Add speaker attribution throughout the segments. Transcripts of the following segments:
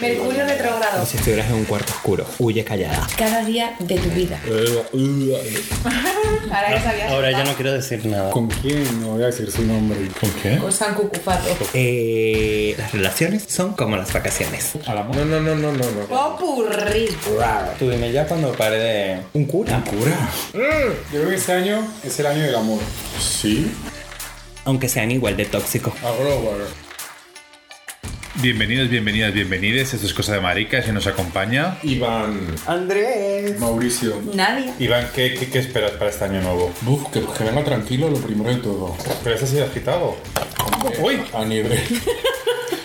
Speaker 1: Mercurio retrogrado.
Speaker 2: Como si estuvieras en un cuarto oscuro. Huye callada.
Speaker 1: Cada día de tu vida. Ahora que sabías.
Speaker 3: Ahora ya no quiero decir nada.
Speaker 4: ¿Con quién? No voy a decir su nombre.
Speaker 3: ¿Con qué?
Speaker 1: Con San Cucufato.
Speaker 2: Eh, las relaciones son como las vacaciones.
Speaker 4: Hablamos. No, no, no, no, no, no.
Speaker 1: Popurrí.
Speaker 3: Tu dime ya cuando pare de.
Speaker 2: Un cura.
Speaker 4: Cura. Yo creo que este año es el año del amor.
Speaker 3: Sí.
Speaker 2: Aunque sean igual de tóxicos.
Speaker 4: Agróbaro.
Speaker 5: Bienvenidos, bienvenidas, bienvenides. Esto es Cosa de Maricas y nos acompaña.
Speaker 4: Iván.
Speaker 3: Andrés.
Speaker 4: Mauricio.
Speaker 1: Nadie.
Speaker 3: Iván, ¿qué, qué, qué esperas para este año nuevo?
Speaker 4: Buf, que, que venga tranquilo lo primero de todo.
Speaker 3: Pero este ha sido agitado. Uy.
Speaker 4: A nivel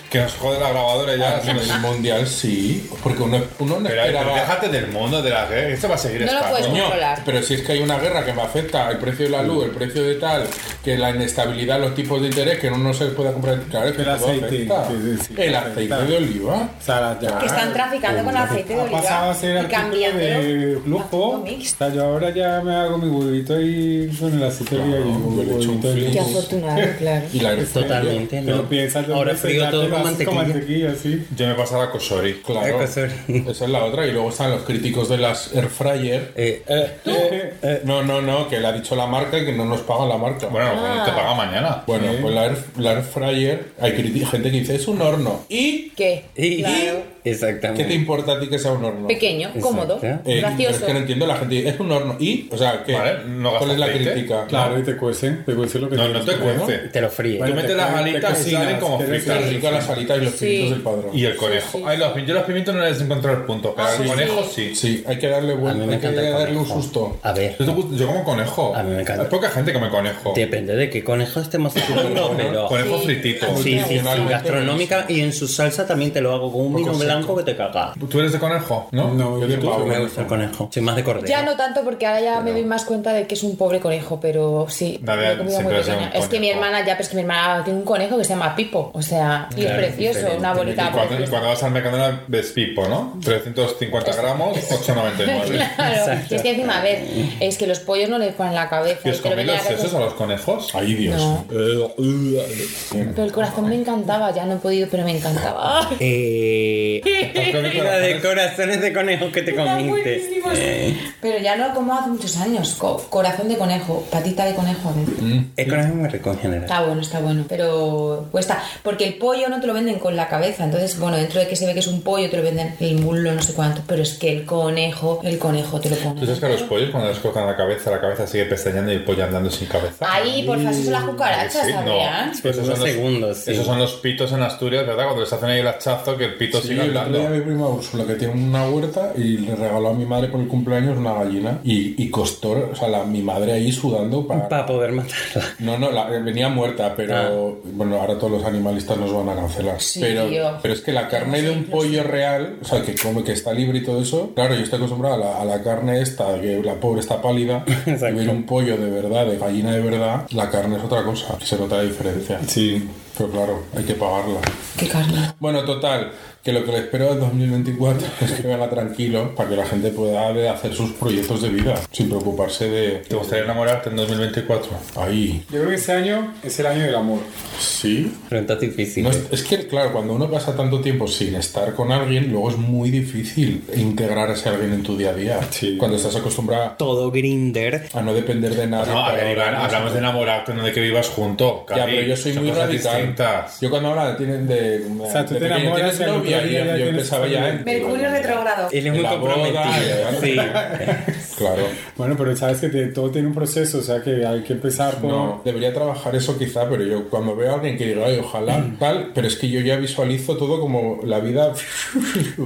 Speaker 3: Que nos jode la grabadora
Speaker 5: Ah,
Speaker 3: ya. se nos-
Speaker 4: mundial, sí. Porque uno, uno no
Speaker 3: Pero, pero
Speaker 4: esperaba-
Speaker 3: déjate del mundo de la guerra. Esto va a seguir
Speaker 1: No lo
Speaker 3: estando.
Speaker 1: puedes
Speaker 4: Coño,
Speaker 1: controlar.
Speaker 4: pero si es que hay una guerra que me afecta el precio de la luz, el precio de tal, que la inestabilidad, los tipos de interés, que uno no se pueda comprar. Claro, es que
Speaker 6: El
Speaker 4: todo
Speaker 6: aceite,
Speaker 4: afecta.
Speaker 6: sí, sí, sí,
Speaker 4: el
Speaker 6: afecta.
Speaker 4: aceite de oliva.
Speaker 6: Sara, ya.
Speaker 1: Que están traficando con aceite de
Speaker 6: Ha
Speaker 1: oliva.
Speaker 6: pasado a ser
Speaker 1: y
Speaker 6: artículo
Speaker 1: cambiándolo Ah,
Speaker 6: de
Speaker 1: a
Speaker 6: lujo.
Speaker 1: artículo mixto.
Speaker 6: Hasta yo ahora ya me hago mi huevito y con el aceite de oliva y un
Speaker 4: yo le echo un
Speaker 6: huevito de
Speaker 4: frío.
Speaker 1: Qué
Speaker 6: oliva.
Speaker 1: afortunado, claro.
Speaker 4: Y la
Speaker 2: Totalmente,
Speaker 6: Pero
Speaker 2: no.
Speaker 6: piensa dos
Speaker 2: Ahora
Speaker 6: veces,
Speaker 2: frío
Speaker 6: ya
Speaker 2: todo
Speaker 6: te lo
Speaker 2: con
Speaker 6: haces
Speaker 2: mantequilla.
Speaker 6: sí.
Speaker 3: Yo me pasaba a Kosori.
Speaker 4: Claro.
Speaker 2: Eh, sorry.
Speaker 4: Esa es la otra. Y luego están los críticos de las air fryer.
Speaker 2: Eh,
Speaker 4: Eh, eh, eh, no, no, no, que le ha dicho la marca y que no nos paga la marca.
Speaker 3: Bueno,
Speaker 1: Ah.
Speaker 3: te paga mañana.
Speaker 4: Bueno, pues la air, la air fryer, hay criti- gente que dice es un horno. ¿Y
Speaker 1: ¿Qué?
Speaker 2: y-
Speaker 1: Claro.
Speaker 2: Exactamente.
Speaker 4: qué te importa a ti que sea un horno?
Speaker 1: Pequeño,
Speaker 2: Exacto.
Speaker 1: cómodo,
Speaker 2: Eh,
Speaker 4: Eh, pero
Speaker 1: gracioso.
Speaker 4: es que no entiendo, la gente dice, es un horno. ¿Y? O sea, que
Speaker 3: Vale, no
Speaker 4: ¿cuál
Speaker 3: gasta
Speaker 4: es la
Speaker 3: aceite.
Speaker 4: crítica?
Speaker 6: Claro, y te cuecen, te cuecen lo que
Speaker 3: No, no
Speaker 6: tienes
Speaker 3: te
Speaker 6: que comer, ¿no?
Speaker 3: cueste.
Speaker 2: Te lo fríe.
Speaker 3: Tú
Speaker 6: Bueno,
Speaker 3: metes
Speaker 6: te
Speaker 3: las
Speaker 6: co- te
Speaker 3: alitas y
Speaker 6: cocinas,
Speaker 3: salen como
Speaker 6: que eres
Speaker 3: fritas.
Speaker 4: Está rica las alitas y los
Speaker 1: Sí.
Speaker 4: pimientos del padrón.
Speaker 3: Y el conejo. Ay, los, yo los pimientos no les encontré el punto, pero
Speaker 1: Ah,
Speaker 3: al
Speaker 1: sí.
Speaker 3: conejo sí.
Speaker 4: Sí, hay que darle
Speaker 2: A mí
Speaker 4: vuelta,
Speaker 2: me
Speaker 4: hay que
Speaker 2: encanta el
Speaker 4: darle un
Speaker 2: conejo.
Speaker 4: susto.
Speaker 2: A ver.
Speaker 3: Yo, te gusta- yo como conejo.
Speaker 2: A mí me encanta.
Speaker 3: Hay poca gente que come
Speaker 2: Oh.
Speaker 3: conejo.
Speaker 2: Depende de qué conejo estemos hablando, pero.
Speaker 3: Conejo fritito.
Speaker 2: Sí, sí, sí,
Speaker 4: Tradicionalmente
Speaker 2: gastronómica y en su salsa también te lo hago con un vino blanco que te cagas.
Speaker 3: ¿Tú eres de conejo? No.
Speaker 4: No,
Speaker 3: yo
Speaker 4: yo
Speaker 3: de
Speaker 4: tampoco.
Speaker 3: pavo.
Speaker 2: Me gusta el conejo. Soy más de cordero.
Speaker 1: Ya no tanto porque ahora ya me doy más cuenta de que es un pobre conejo, pero sí,
Speaker 3: A ver,
Speaker 1: una comida muy
Speaker 3: siempre es un
Speaker 1: pequeña. Es que mi
Speaker 3: conejo.
Speaker 1: hermana ya, pero es que mi hermana tiene un conejo que se llama Pipo, o sea, y es
Speaker 2: Claro,
Speaker 1: precioso,
Speaker 2: diferente.
Speaker 1: una
Speaker 3: Y
Speaker 1: bolita
Speaker 3: cuando, y
Speaker 1: preciosa.
Speaker 3: cuando vas al Mercadona ves pipo, ¿no? 350 gramos, 8,99.
Speaker 1: Claro,
Speaker 2: Exacto.
Speaker 1: y es que encima, a ver, es que los pollos no les ponen la cabeza.
Speaker 3: ¿Y
Speaker 1: y
Speaker 3: os
Speaker 1: te lo
Speaker 3: coméis
Speaker 1: venden
Speaker 3: los
Speaker 1: a la cabeza.
Speaker 3: sesos a los conejos?
Speaker 4: Ay, Dios.
Speaker 1: No,
Speaker 3: Eh,
Speaker 1: pero el corazón me encantaba, ya no he podido, pero me encantaba.
Speaker 2: Eh,
Speaker 3: ¿Has comido
Speaker 2: la de
Speaker 3: corazones?
Speaker 2: corazones de conejo que te comiste.
Speaker 1: Buenísimos. Pero ya no como hace muchos años. co- corazón de conejo, patita de conejo. a ver.
Speaker 3: Mm.
Speaker 2: El conejo me recoge en general.
Speaker 1: Está bueno, está bueno, pero cuesta. Porque el pollo no te lo venden con la cabeza. Entonces, bueno, dentro de que se ve que es un pollo, te lo venden el muslo, no sé cuánto. Pero es que el conejo, el conejo te lo
Speaker 3: ¿Tú
Speaker 1: ponen.
Speaker 3: sabes que a los pollos cuando les cortan la cabeza, la cabeza sigue pestañando y el pollo andando sin cabeza?
Speaker 1: Ahí, por favor, eso son las cucarachas,
Speaker 3: Sí,
Speaker 1: Adrián.
Speaker 3: Pues esos
Speaker 2: Unos
Speaker 3: son los-
Speaker 2: segundos, sí.
Speaker 3: Esos son los pitos en Asturias, ¿verdad? Cuando les hacen ahí el hachazo, que el pito
Speaker 4: Sí,
Speaker 3: sigue
Speaker 4: el otro
Speaker 3: andando.
Speaker 4: día mi prima Úrsula, que tiene una huerta, y le regaló a mi madre por el cumpleaños una gallina. Y, y costó, o sea, la- mi madre ahí sudando para...
Speaker 2: Para poder matarla.
Speaker 4: No, no, la- eh, venía muerta, pero bueno, ahora todos los animalistas nos van a
Speaker 3: Ah.
Speaker 4: cancelar.
Speaker 1: Sí,
Speaker 4: pero,
Speaker 1: tío.
Speaker 4: pero es que la carne de un pollo real, o sea, que come que está libre y todo eso, claro, yo estoy acostumbrado a la, a la carne esta, que la pobre está pálida, y
Speaker 2: Exacto.
Speaker 4: ver un pollo de verdad, de gallina de verdad, la carne es otra cosa, se nota la diferencia.
Speaker 6: Sí.
Speaker 4: Pero claro, hay que pagarla.
Speaker 1: Qué carne.
Speaker 4: Bueno, total, que lo que le espero en 2024 es que venga tranquilo para que la gente pueda de hacer sus proyectos de vida sin preocuparse de...
Speaker 3: ¿Te gustaría enamorarte en 2024?
Speaker 4: Ahí,
Speaker 6: Yo creo que este año es el año del amor.
Speaker 4: sí.
Speaker 2: Preguntas difíciles.
Speaker 4: No, es, es que, claro, cuando uno pasa tanto tiempo sin estar con alguien, luego es muy difícil integrar a ese alguien en tu día a día.
Speaker 6: Sí.
Speaker 4: Cuando estás acostumbrada
Speaker 2: Todo grinder.
Speaker 4: a no depender de nadie.
Speaker 3: Pues No, a
Speaker 4: para
Speaker 3: ver, Iván,
Speaker 4: llegar a-
Speaker 3: hablamos de enamorarte, no de que vivas junto.
Speaker 4: Ya,
Speaker 3: Cari.
Speaker 4: pero yo soy
Speaker 3: Son
Speaker 4: muy
Speaker 3: cosas
Speaker 4: radical.
Speaker 3: distintas.
Speaker 4: Yo cuando hablaba de... de
Speaker 6: O sea, tú
Speaker 4: de
Speaker 6: te
Speaker 4: pequeño
Speaker 6: enamoras y
Speaker 4: tienes
Speaker 6: al otro
Speaker 4: novia,
Speaker 6: día
Speaker 4: yo-
Speaker 6: ya
Speaker 4: yo
Speaker 6: tienes
Speaker 4: empezaba ya...
Speaker 6: novia.
Speaker 4: en-
Speaker 1: Mercurio retrogrado.
Speaker 3: Eh,
Speaker 2: Él es muy
Speaker 4: La boda,
Speaker 2: comprometido.
Speaker 4: ¿verdad?
Speaker 2: Sí.
Speaker 4: Claro.
Speaker 6: Bueno, pero sabes que te- todo tiene un proceso, o sea que hay que empezar por...
Speaker 4: No, debería trabajar eso quizá, pero yo cuando veo a alguien que diga, ay,
Speaker 6: Mm.
Speaker 4: ojalá, tal, pero es que yo ya visualizo todo como la vida...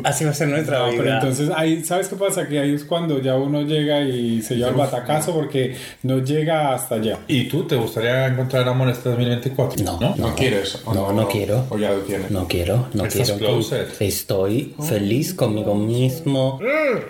Speaker 2: Así va a ser nuestra
Speaker 6: No,
Speaker 2: vida.
Speaker 6: pero entonces ahí, ¿sabes qué pasa? Que ahí es cuando ya uno llega y se lleva el batacazo porque no llega hasta allá.
Speaker 3: ¿Y tú te gustaría encontrar amor este 2024?
Speaker 2: No.
Speaker 3: ¿No?
Speaker 4: ¿No quieres? ¿O
Speaker 2: No, no quiero.
Speaker 4: O ya lo tienes.
Speaker 2: No quiero, no
Speaker 3: Estás
Speaker 2: quiero.
Speaker 3: closet.
Speaker 2: Estoy feliz conmigo mismo,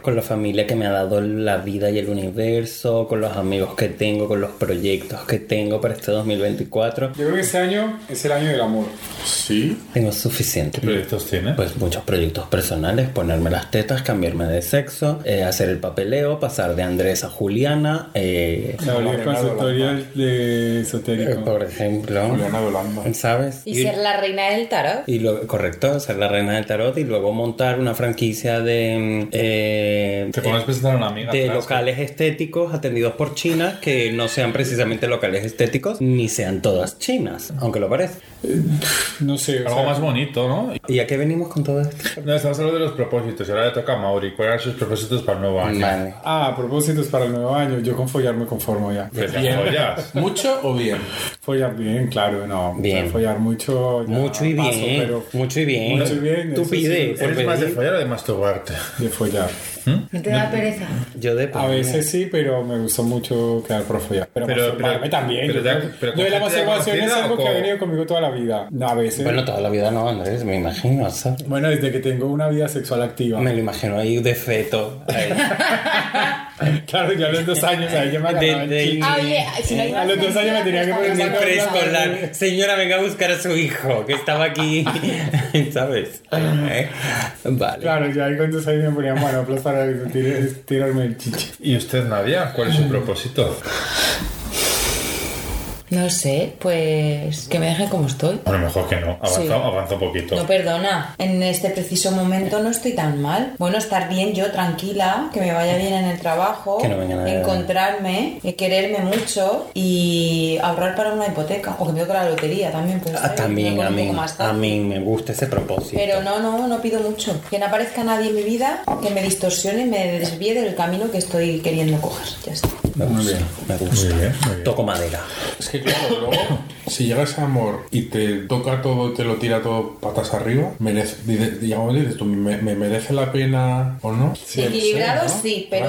Speaker 2: con la familia que me ha dado la vida y el universo, con los amigos que tengo, con los proyectos que tengo para este 2024.
Speaker 6: Yo creo que este año es el año del amor.
Speaker 4: Pues Sí.
Speaker 2: Tengo
Speaker 3: ¿Qué
Speaker 2: suficiente.
Speaker 3: proyectos tienes?
Speaker 2: Pues muchos proyectos personales, ponerme las tetas, cambiarme de sexo, eh, hacer el papeleo, pasar de Andrés a Juliana, eh,
Speaker 6: O sea, el
Speaker 4: Lorena
Speaker 6: consultorio de
Speaker 2: eh,
Speaker 6: esotérico.
Speaker 2: por ejemplo.
Speaker 4: Juliana de Holanda.
Speaker 2: Exacto. ¿sabes?
Speaker 1: Y ser la reina del tarot.
Speaker 2: y lo, correcto, ser la reina del tarot y luego montar una franquicia de, mm, eh,
Speaker 3: Te pones a presentar a una amiga.
Speaker 2: de
Speaker 3: claro,
Speaker 2: locales estéticos atendidos por chinas que no sean precisamente locales estéticos ni sean todas chinas, aunque lo parezca.
Speaker 6: No sé, o
Speaker 3: Algo
Speaker 6: sea,
Speaker 3: más bonito, ¿no?
Speaker 2: ¿Y a qué venimos con todo esto?
Speaker 3: No, estamos hablando de los propósitos. y Ahora le toca a Mauri. ¿Cuáles eran sus propósitos para el nuevo año?
Speaker 2: Vale.
Speaker 6: Ah, propósitos para el nuevo año. Yo con follar me conformo ya.
Speaker 3: Que te apoyas.
Speaker 4: ¿Mucho o bien?
Speaker 6: Follar bien, claro, no.
Speaker 2: Bien.
Speaker 6: O sea, follar mucho. ya
Speaker 2: Mucho y
Speaker 6: Ah, paso,
Speaker 2: bien,
Speaker 6: pero
Speaker 2: mucho y bien.
Speaker 6: Mucho y bien,
Speaker 2: Tú
Speaker 6: eso sí,
Speaker 2: pide,
Speaker 4: Pues
Speaker 2: por
Speaker 3: ¿Eres más de
Speaker 2: pedir.
Speaker 3: follar o de masturbarte?
Speaker 6: de follar.
Speaker 1: ¿No te da pereza?
Speaker 2: Yo de
Speaker 6: A veces sí, pero me gustó mucho quedar por follar. Pero,
Speaker 3: Pero-
Speaker 6: masturbarme
Speaker 3: pero-
Speaker 6: también.
Speaker 3: pero
Speaker 6: yo
Speaker 3: te-
Speaker 6: creo-
Speaker 3: pero
Speaker 6: yo de la
Speaker 3: ¿con gente
Speaker 6: masturbación es
Speaker 3: conocida
Speaker 6: algo
Speaker 3: o
Speaker 6: que ha
Speaker 3: con-
Speaker 6: venido conmigo toda la vida. No, a veces.
Speaker 2: Bueno,
Speaker 6: Bueno,
Speaker 2: toda la vida no, Andrés, me imagino, ¿sabes?
Speaker 6: desde que tengo una vida sexual activa.
Speaker 2: Me lo imagino ahí de feto. ahí.
Speaker 6: Claro, yo a los dos años, ahí yo me
Speaker 2: De-
Speaker 6: agarraba el
Speaker 2: de-
Speaker 6: chichi.
Speaker 2: Ah,
Speaker 1: oye, si no hay
Speaker 6: A los dos años me tenía que poner
Speaker 2: En el
Speaker 6: una-
Speaker 2: preescolar. Señora, venga a buscar a su hijo que estaba aquí. ¿Sabes? ¿Eh? Vale.
Speaker 6: Claro, yo ahí con dos años me ponía manoplas para tir- tirarme el chichi.
Speaker 3: ¿Y usted, Nadia? ¿Cuál es
Speaker 2: Mm.
Speaker 3: su propósito?
Speaker 1: No sé, pues que me dejen como estoy.
Speaker 3: Bueno, mejor que no. Avanza,
Speaker 1: Sí.
Speaker 3: avanza un poquito.
Speaker 1: No, perdona, en este preciso momento no estoy tan mal. Bueno, estar bien yo, tranquila, que me vaya bien en el trabajo,
Speaker 2: Que no venga nadie.
Speaker 1: encontrarme, eh, quererme mucho y ahorrar para una hipoteca. O que me toque la lotería también, pues.
Speaker 2: Ah, también a mí, a
Speaker 1: también.
Speaker 2: mí me gusta ese propósito.
Speaker 1: Pero no, no, no pido mucho. Que no aparezca nadie en mi vida, que me distorsione, me desvíe del camino que estoy queriendo coger. Ya está.
Speaker 2: Me gusta, me gusta.
Speaker 3: Muy bien, muy bien.
Speaker 2: Toco madera.
Speaker 4: Es que claro, luego, si llega ese amor y te toca todo, te lo tira todo patas arriba, merece, dice- digamos, dices tú, me, me merece la pena o no?
Speaker 1: Equilibrado
Speaker 4: Sí, ¿no?
Speaker 1: sí,
Speaker 4: Claro.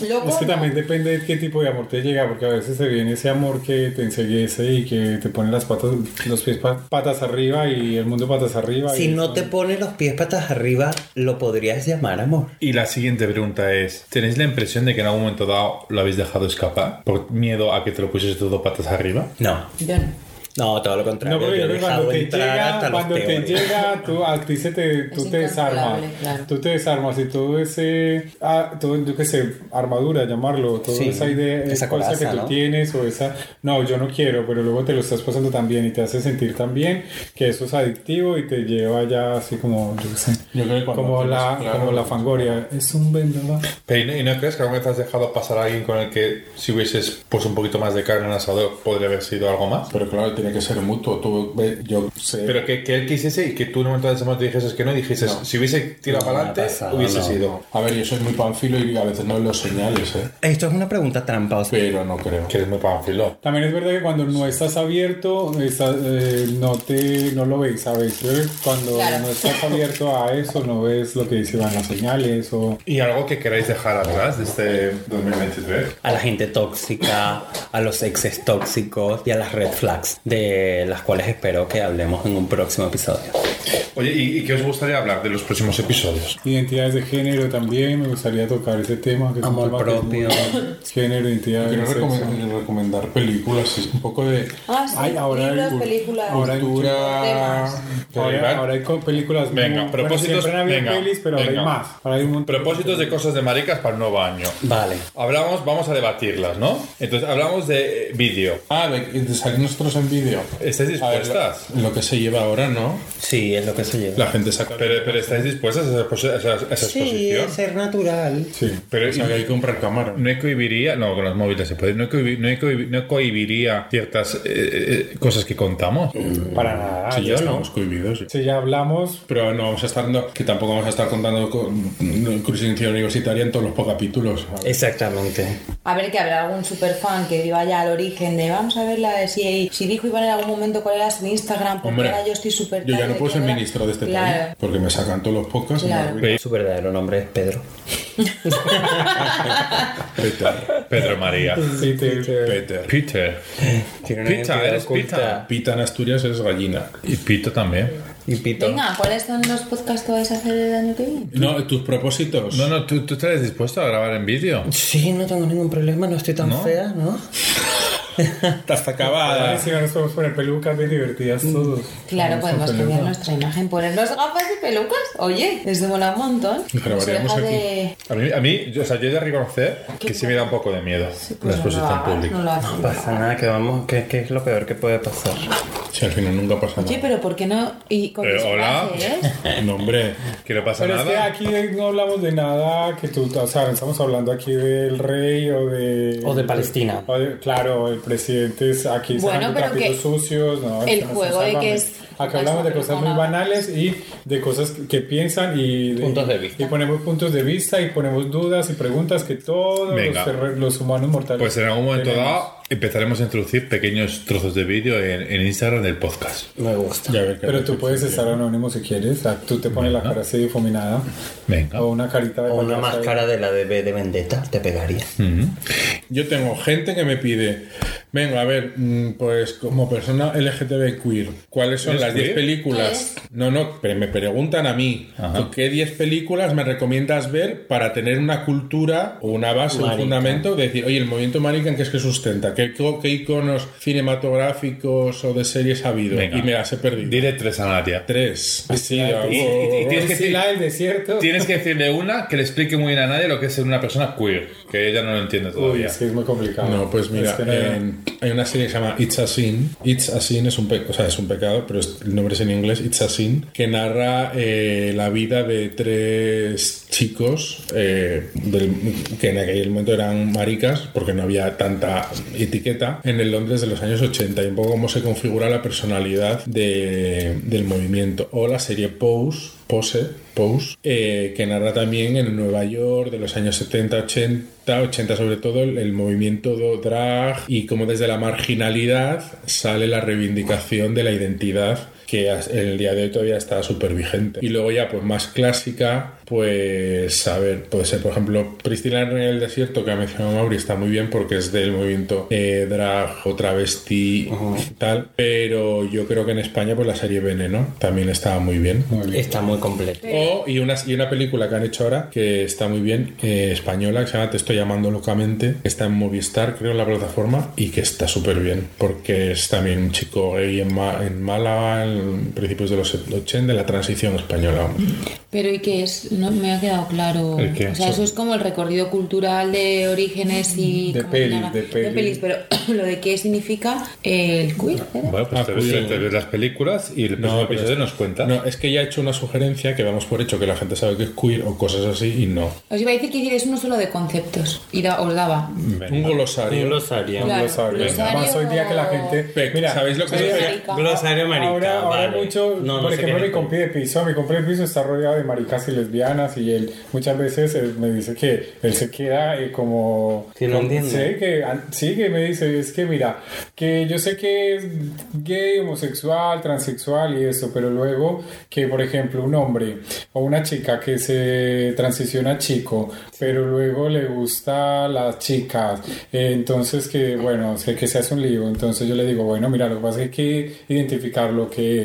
Speaker 1: pero loco.
Speaker 6: Es que
Speaker 1: no.
Speaker 6: también depende de qué tipo de amor te llega, porque a veces se viene ese amor que te enseguece y que te pone las patas, los pies pa- patas arriba y el mundo patas arriba.
Speaker 2: Si
Speaker 6: y
Speaker 2: no
Speaker 6: eso.
Speaker 2: te pones los pies patas arriba, lo podrías llamar amor.
Speaker 3: Y la siguiente pregunta es, ¿tenéis la impresión de que en algún momento dado lo habéis dejado escapar por miedo a que te lo pusieses todo patas arriba?
Speaker 2: No,
Speaker 1: Yo no.
Speaker 2: no, todo lo
Speaker 6: No,
Speaker 2: contrario.
Speaker 6: porque
Speaker 2: yo
Speaker 6: yo
Speaker 2: he
Speaker 6: creo que cuando
Speaker 2: dejado
Speaker 6: te
Speaker 2: entrar hasta
Speaker 6: llega,
Speaker 2: los
Speaker 6: cuando te
Speaker 2: peores.
Speaker 6: llega, tú a ti se te, tú te desarmas.
Speaker 1: incalculable, claro.
Speaker 6: Tú te desarmas y todo ese, ah, todo, yo qué sé, armadura, llamarlo, toda
Speaker 2: Sí,
Speaker 6: esa idea,
Speaker 2: esa
Speaker 6: esa cosa
Speaker 2: coraza,
Speaker 6: que tú
Speaker 2: ¿no?
Speaker 6: tienes o esa, no, yo no quiero, pero luego te lo estás pasando tan bien y te hace sentir tan bien que eso es adictivo y te lleva ya así como, yo qué sé,
Speaker 4: Yo creo que cuando
Speaker 6: como,
Speaker 4: tienes
Speaker 6: la,
Speaker 4: claro-
Speaker 6: como la fangoria. Es un vendaval.
Speaker 3: Pero ¿y no, y no crees que alguna vez has dejado pasar a alguien con el que si hubieses puesto un poquito más de carne en el asador podría haber sido algo más?
Speaker 4: Pero claro, tiene que ser mutuo. Tú, ve, yo sé.
Speaker 3: Pero que, que él quisiese y que tú en un momento de ese momento dijeses que no, dijeses, si hubiese tirado
Speaker 2: No,
Speaker 3: para
Speaker 2: no
Speaker 3: adelante,
Speaker 2: ha pasado,
Speaker 3: hubiese
Speaker 2: no.
Speaker 3: sido.
Speaker 4: a ver, yo soy muy panfilo y a veces no los señales, ¿eh?
Speaker 2: Esto es una pregunta trampa. o sea,
Speaker 4: Pero no creo.
Speaker 3: Que eres muy panfilo.
Speaker 6: También es verdad que cuando no estás abierto, estás, eh, no te no lo ves, ¿sabes? Yo creo que Cuando
Speaker 1: Claro.
Speaker 6: no estás abierto a eso, no ves lo que dicen las señales o...
Speaker 3: ¿Y algo que queráis dejar atrás de este 2023?
Speaker 2: a la gente tóxica, a los exes tóxicos y a las red flags, de las cuales espero que hablemos en un próximo episodio.
Speaker 3: Oye, ¿y, y qué os gustaría hablar de los próximos episodios?
Speaker 6: Identidades de género también, me gustaría tocar ese tema. Que es un
Speaker 2: Amor
Speaker 6: tema que es
Speaker 2: propio.
Speaker 6: muy- Género, identidad
Speaker 4: Quiero
Speaker 6: de sexo.
Speaker 4: recomendar, recomendar películas, sí, un poco de
Speaker 1: Ah, sí,
Speaker 6: Ay, ahora
Speaker 1: libros,
Speaker 6: hay cul-
Speaker 1: películas,
Speaker 6: ahora hay
Speaker 4: cultura.
Speaker 1: temas.
Speaker 6: Ahora, ahora hay co- películas muy-
Speaker 3: Venga,
Speaker 6: bueno,
Speaker 3: propósitos,
Speaker 6: siempre han habido
Speaker 3: venga,
Speaker 6: pelis, pero ahora
Speaker 3: venga.
Speaker 6: hay más. Ahora hay un montón de
Speaker 3: Propósitos de cosas de maricas para el nuevo año.
Speaker 2: Vale.
Speaker 3: Hablamos, vamos a debatirlas, ¿no? Entonces, hablamos de eh, vídeo.
Speaker 4: Ah, de, de salir nosotros en vídeo.
Speaker 3: ¿Estáis
Speaker 4: A ver,
Speaker 3: dispuestas?
Speaker 4: Lo, lo que se lleva ahora, ¿no?
Speaker 2: Sí, es lo que se lleva.
Speaker 4: La gente saca.
Speaker 3: Pero, pero ¿estáis dispuestas a esa, posi- a esa- a esa
Speaker 2: Sí,
Speaker 3: exposición?
Speaker 2: es ser natural.
Speaker 6: Sí.
Speaker 3: Pero
Speaker 4: o sea, que hay que comprar cámara.
Speaker 3: no cohibiría, no, con los móviles se puede, no, cohibi- no cohibi- no cohibiría ciertas eh, eh, cosas que contamos.
Speaker 6: Para nada.
Speaker 4: Sí,
Speaker 6: ya
Speaker 4: ya estamos cohibidos.
Speaker 6: Ah, Sí, ya hablamos.
Speaker 4: Pero no vamos a estar dando- que tampoco vamos a estar contando con con crucifixión universitaria en todos los capítulos.
Speaker 2: Exactamente.
Speaker 1: A ver, que habrá algún superfan que vaya al origen de vamos a ver la, si, si dijo Iván en algún momento cuál era su Instagram, porque
Speaker 4: Hombre,
Speaker 1: ahora yo estoy súper
Speaker 4: Yo ya
Speaker 1: tarde,
Speaker 4: no puedo
Speaker 1: que
Speaker 4: ser
Speaker 1: ahora-
Speaker 4: ministro de este
Speaker 1: Claro.
Speaker 4: país porque me sacan todos los podcasts. y me
Speaker 1: Claro.
Speaker 4: arruinan.
Speaker 2: Su verdadero nombre es Pedro.
Speaker 3: Peter, Pedro María.
Speaker 6: Sí, te- te-
Speaker 4: Peter.
Speaker 3: Peter.
Speaker 2: Tiene
Speaker 3: Pita,
Speaker 2: identidad
Speaker 3: eres
Speaker 2: oculta.
Speaker 3: pita.
Speaker 4: Pita en Asturias es gallina.
Speaker 3: Y Pito también.
Speaker 2: Y Pito.
Speaker 1: Venga, ¿cuáles son los podcasts que vais a hacer el año que viene?
Speaker 4: No, tus propósitos.
Speaker 3: No, no, ¿tú, tú estarías dispuesto a grabar en vídeo.
Speaker 2: Sí, no tengo ningún problema, no estoy tan fea, ¿no?
Speaker 4: Estás
Speaker 6: Ay,
Speaker 4: acabada.
Speaker 6: si no nos podemos poner pelucas bien divertidas todos.
Speaker 1: Claro,
Speaker 6: Vamos con
Speaker 1: podemos cambiar
Speaker 6: peluca.
Speaker 1: nuestra imagen, ponernos gafas y pelucas. Oye, les mola un montón.
Speaker 4: Grabaríamos
Speaker 1: Orejas
Speaker 4: aquí.
Speaker 1: de-
Speaker 3: A mí, a mí yo, o sea, yo he de reconocer que sí me da un poco de miedo la
Speaker 1: Pues no lo
Speaker 3: exposición
Speaker 1: hagas,
Speaker 3: pública.
Speaker 1: No lo hagas.
Speaker 2: No pasa nada, que vamos, que, que es lo peor que puede pasar.
Speaker 4: Si al final nunca pasa
Speaker 1: Oye,
Speaker 4: nada.
Speaker 1: pero ¿por qué no? ¿Y con
Speaker 3: Eh,
Speaker 1: tus
Speaker 3: hola.
Speaker 1: frases?
Speaker 4: No, hombre.
Speaker 3: Que no pasa
Speaker 6: Pero es que
Speaker 3: nada.
Speaker 6: aquí de- no hablamos de nada que tú, o sea, no estamos hablando aquí del rey o de...
Speaker 2: O de Palestina.
Speaker 6: o de- claro, el presidente es aquí
Speaker 1: Bueno,
Speaker 6: sacando
Speaker 1: pero
Speaker 6: trapitos
Speaker 1: que
Speaker 6: sucios. No,
Speaker 1: el
Speaker 6: esto no es un
Speaker 1: juego de que
Speaker 6: Sálvame.
Speaker 1: es-
Speaker 6: Acá hablamos de
Speaker 1: es una
Speaker 6: cosas muy
Speaker 1: persona-
Speaker 6: banales y de cosas que, que piensan y... de-
Speaker 2: Puntos de vista.
Speaker 6: Y ponemos puntos de vista y ponemos dudas y preguntas que todos los,
Speaker 3: Venga.
Speaker 6: ser- los humanos mortales...
Speaker 3: Pues en algún momento
Speaker 6: tenemos.
Speaker 3: dado empezaremos a introducir pequeños trozos de vídeo en, en Instagram del podcast.
Speaker 2: Me gusta.
Speaker 4: Ya ver qué
Speaker 6: Pero
Speaker 4: hace.
Speaker 6: tú puedes estar anónimo si quieres. O sea, tú te pones la cara así difuminada.
Speaker 3: Venga.
Speaker 6: O una carita de
Speaker 2: O una
Speaker 6: payaso ahí.
Speaker 2: máscara de la de B de Vendetta te pegaría.
Speaker 6: Mm.
Speaker 4: Yo tengo gente que me pide, venga, a ver, mm, pues como persona LGTB queer, ¿cuáles son
Speaker 3: ¿Eres
Speaker 4: las 10
Speaker 3: queer?
Speaker 4: películas? No, no, pero me preguntan a mí,
Speaker 3: Ajá.
Speaker 4: ¿qué 10 películas me recomiendas ver para tener una cultura o una base,
Speaker 2: Marica.
Speaker 4: un fundamento de decir, oye, el movimiento marica en qué es que sustenta? ¿Qué, co- qué iconos cinematográficos o de series ha habido?
Speaker 3: Venga.
Speaker 4: Y me las he perdido.
Speaker 3: Diré tres a Nadia.
Speaker 4: Tres. Sí,
Speaker 3: Y, y- y tienes, que
Speaker 6: Sí,
Speaker 3: decir,
Speaker 6: la del desierto.
Speaker 3: tienes que decirle una que le explique muy bien a nadie lo que es ser una persona queer, que ella no lo entiende
Speaker 6: Uy,
Speaker 3: todavía.
Speaker 6: es que es muy complicado.
Speaker 4: No, pues mira,
Speaker 6: Es que no-
Speaker 4: en- hay una serie que se llama It's a Sin. It's a Sin es un, pe- o sea, es un pecado, pero es- el nombre es en inglés, It's a Sin, que narra eh, la vida de tres chicos eh, del- que en aquel momento eran maricas, porque no había tanta etiqueta, en el Londres de los años 80 y un poco cómo se configura la personalidad de- del movimiento. O la serie Pose, Pose, Pose, eh, que narra también en Nueva York de los años 70, 80, 80 sobre todo, el, el movimiento do- drag y cómo desde la marginalidad sale la reivindicación de la identidad que as- en el día de hoy todavía está súper vigente. Y luego ya, pues más clásica, pues a ver, puede ser, por ejemplo, Priscila en el desierto, que ha mencionado Mauri, está muy bien porque es del movimiento eh, drag o travesti tal, pero yo creo que en España, pues la serie Veneno también estaba muy bien.
Speaker 2: Está muy completo.
Speaker 4: O, y, una, y una película que han hecho ahora que está muy bien, eh, española, que se llama Te estoy llamando locamente, que está en Movistar, creo, en la plataforma, y que está súper bien, porque es también un chico gay en, Ma- en Málaga, en principios de los 80, de la transición española. vamos.
Speaker 1: Pero ¿y qué es? No me ha quedado claro.
Speaker 3: ¿El qué?
Speaker 1: O sea, eso es como el recorrido cultural de orígenes y...
Speaker 6: De
Speaker 1: como
Speaker 6: pelis,
Speaker 1: nada-
Speaker 6: de pelis.
Speaker 1: Pero lo de qué significa eh, el queer, ¿era?
Speaker 3: Bueno, pues
Speaker 4: Ah,
Speaker 3: te,
Speaker 4: pues
Speaker 3: ves,
Speaker 4: sí.
Speaker 3: te ves las películas y el próximo
Speaker 4: pero
Speaker 3: episodio
Speaker 4: es-
Speaker 3: nos cuenta.
Speaker 4: No, es que ya he hecho una sugerencia que damos por hecho que la gente sabe que es queer o cosas así, y no.
Speaker 1: Os iba a decir que hicierais uno solo de conceptos. Y da- os daba.
Speaker 4: Un glosario.
Speaker 2: Un glosario.
Speaker 1: Claro,
Speaker 6: lo sabe.
Speaker 1: glosario-
Speaker 6: Más hoy día que la gente.
Speaker 4: Pe-
Speaker 6: Mira,
Speaker 4: ¿sabéis lo que
Speaker 6: mira,
Speaker 4: es?
Speaker 1: Marica.
Speaker 2: Glosario marica.
Speaker 6: Ahora, ahora
Speaker 2: vale.
Speaker 6: mucho,
Speaker 2: No, no
Speaker 6: por
Speaker 2: sé
Speaker 6: ejemplo,
Speaker 2: qué
Speaker 6: mi compi de piso, mi compi de piso está rodeado de maricas y lesbianas y él muchas veces eh, me dice que él se queda eh, como...
Speaker 2: Sí, lo
Speaker 6: como-
Speaker 2: entiendo.
Speaker 6: Sí que, an- sí, que me dice, es que mira, que yo sé que es gay, homosexual, transexual y eso, pero luego que, por ejemplo, un hombre o una chica que se transiciona a chico, pero luego le gusta las chicas, eh, entonces que, bueno, sé que se hace un lío, entonces yo le digo, bueno, mira, lo que pasa es que hay que identificar lo que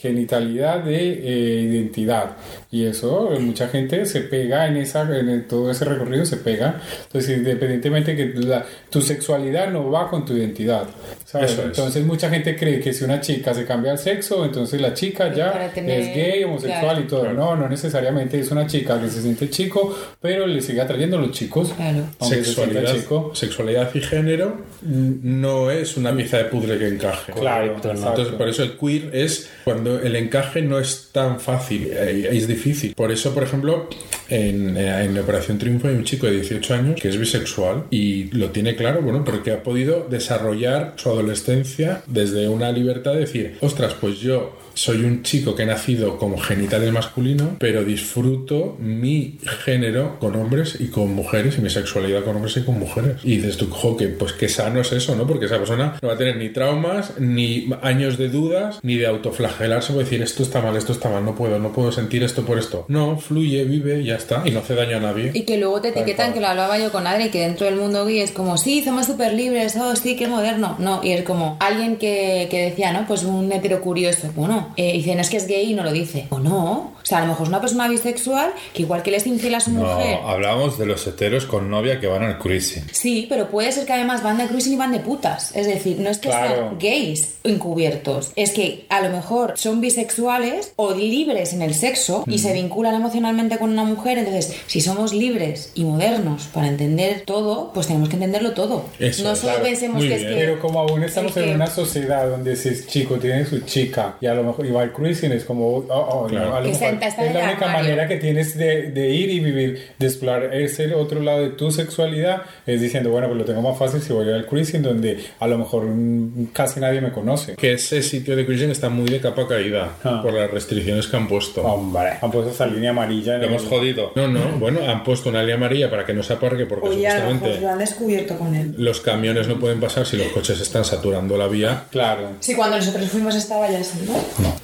Speaker 6: es genitalidad de eh, identidad y eso eh, mucha gente se pega en esa en el- todo ese recorrido se pega entonces independientemente que la- tu sexualidad no va con tu identidad ¿sabes?
Speaker 4: Eso es.
Speaker 6: entonces mucha gente cree que si una chica se cambia el sexo entonces la chica ya
Speaker 1: para tener-
Speaker 6: es gay homosexual
Speaker 1: claro.
Speaker 6: y todo no no necesariamente es una chica que se siente chico pero le sigue atrayendo a los chicos
Speaker 1: Claro.
Speaker 6: aunque se sienta
Speaker 4: Sexualidad,
Speaker 6: chico
Speaker 4: sexualidad y género mm, no es una pieza de puzzle que encaje.
Speaker 6: claro
Speaker 2: Correcto, ¿no?
Speaker 6: exacto.
Speaker 4: Entonces, por eso el queer es cuando el encaje no es tan fácil, eh, es difícil. Por eso, por ejemplo, en, eh, en Operación Triunfo hay un chico de 18 años que es bisexual y lo tiene claro, bueno, porque ha podido desarrollar su adolescencia desde una libertad de decir, ostras, pues yo soy un chico que he nacido como genitales masculino, pero disfruto mi género con hombres y con mujeres y mi sexualidad con hombres y con mujeres. Y dices tú, jo, que pues qué sano es eso, ¿no? Porque esa persona no va a tener ni traumas, ni años de dudas, ni de autoflagelarse por decir esto está mal, esto está mal, no puedo, no puedo sentir esto por esto. No, fluye, vive, ya está, y no hace daño a nadie.
Speaker 1: Y que luego te etiquetan, que lo hablaba yo con Adri, que dentro del mundo gay es como, sí, somos súper libres, oh, sí, qué moderno. No, y es como alguien que, que decía, ¿no? Pues un hetero curioso. Bueno, eh, dice, no es que es gay y no lo dice. O no. O sea, a lo mejor es una persona bisexual que igual que le es infiel a su
Speaker 3: No,
Speaker 1: mujer.
Speaker 3: hablamos de los heteros con novia que van al cruising.
Speaker 1: Sí, pero puede ser que además van de cruising y van de putas. Es decir, no es que
Speaker 6: Claro.
Speaker 1: sean gays encubiertos. Es que a lo mejor son bisexuales o libres en el sexo y se vinculan emocionalmente con una mujer mujer. Entonces, si somos libres y modernos para entender todo, pues tenemos que entenderlo todo.
Speaker 4: Eso,
Speaker 1: no solo
Speaker 4: claro.
Speaker 1: pensemos
Speaker 4: Muy
Speaker 1: que es
Speaker 4: bien.
Speaker 1: que.
Speaker 6: Pero como aún estamos
Speaker 1: es que-
Speaker 6: en una sociedad donde si es chico tiene su chica y a lo mejor y va al cruising es como oh, oh, no,
Speaker 4: Claro.
Speaker 6: a lo
Speaker 1: Que
Speaker 6: mejor
Speaker 1: senta- está
Speaker 6: es
Speaker 1: en
Speaker 6: la
Speaker 1: el
Speaker 6: única
Speaker 1: armario.
Speaker 6: manera que tienes de, de ir y vivir, de explorar ese otro lado de tu sexualidad es diciendo bueno pues lo tengo más fácil si voy al cruising donde a lo mejor mm, casi nadie me conoce.
Speaker 4: Que ese sitio de cruising está muy de capa caída
Speaker 6: Ah.
Speaker 4: por las restricciones que han puesto.
Speaker 6: Hombre, han puesto esa línea amarilla. en
Speaker 3: Lo
Speaker 6: el-
Speaker 3: hemos jodido.
Speaker 4: No, no, bueno, han puesto una línea amarilla para que no se aparque porque
Speaker 7: Oye, a lo mejor lo
Speaker 4: supuestamente
Speaker 7: han descubierto con él.
Speaker 4: los camiones no pueden pasar si los coches están saturando la vía.
Speaker 6: Claro.
Speaker 7: Sí, cuando nosotros fuimos estaba ya así, ¿no?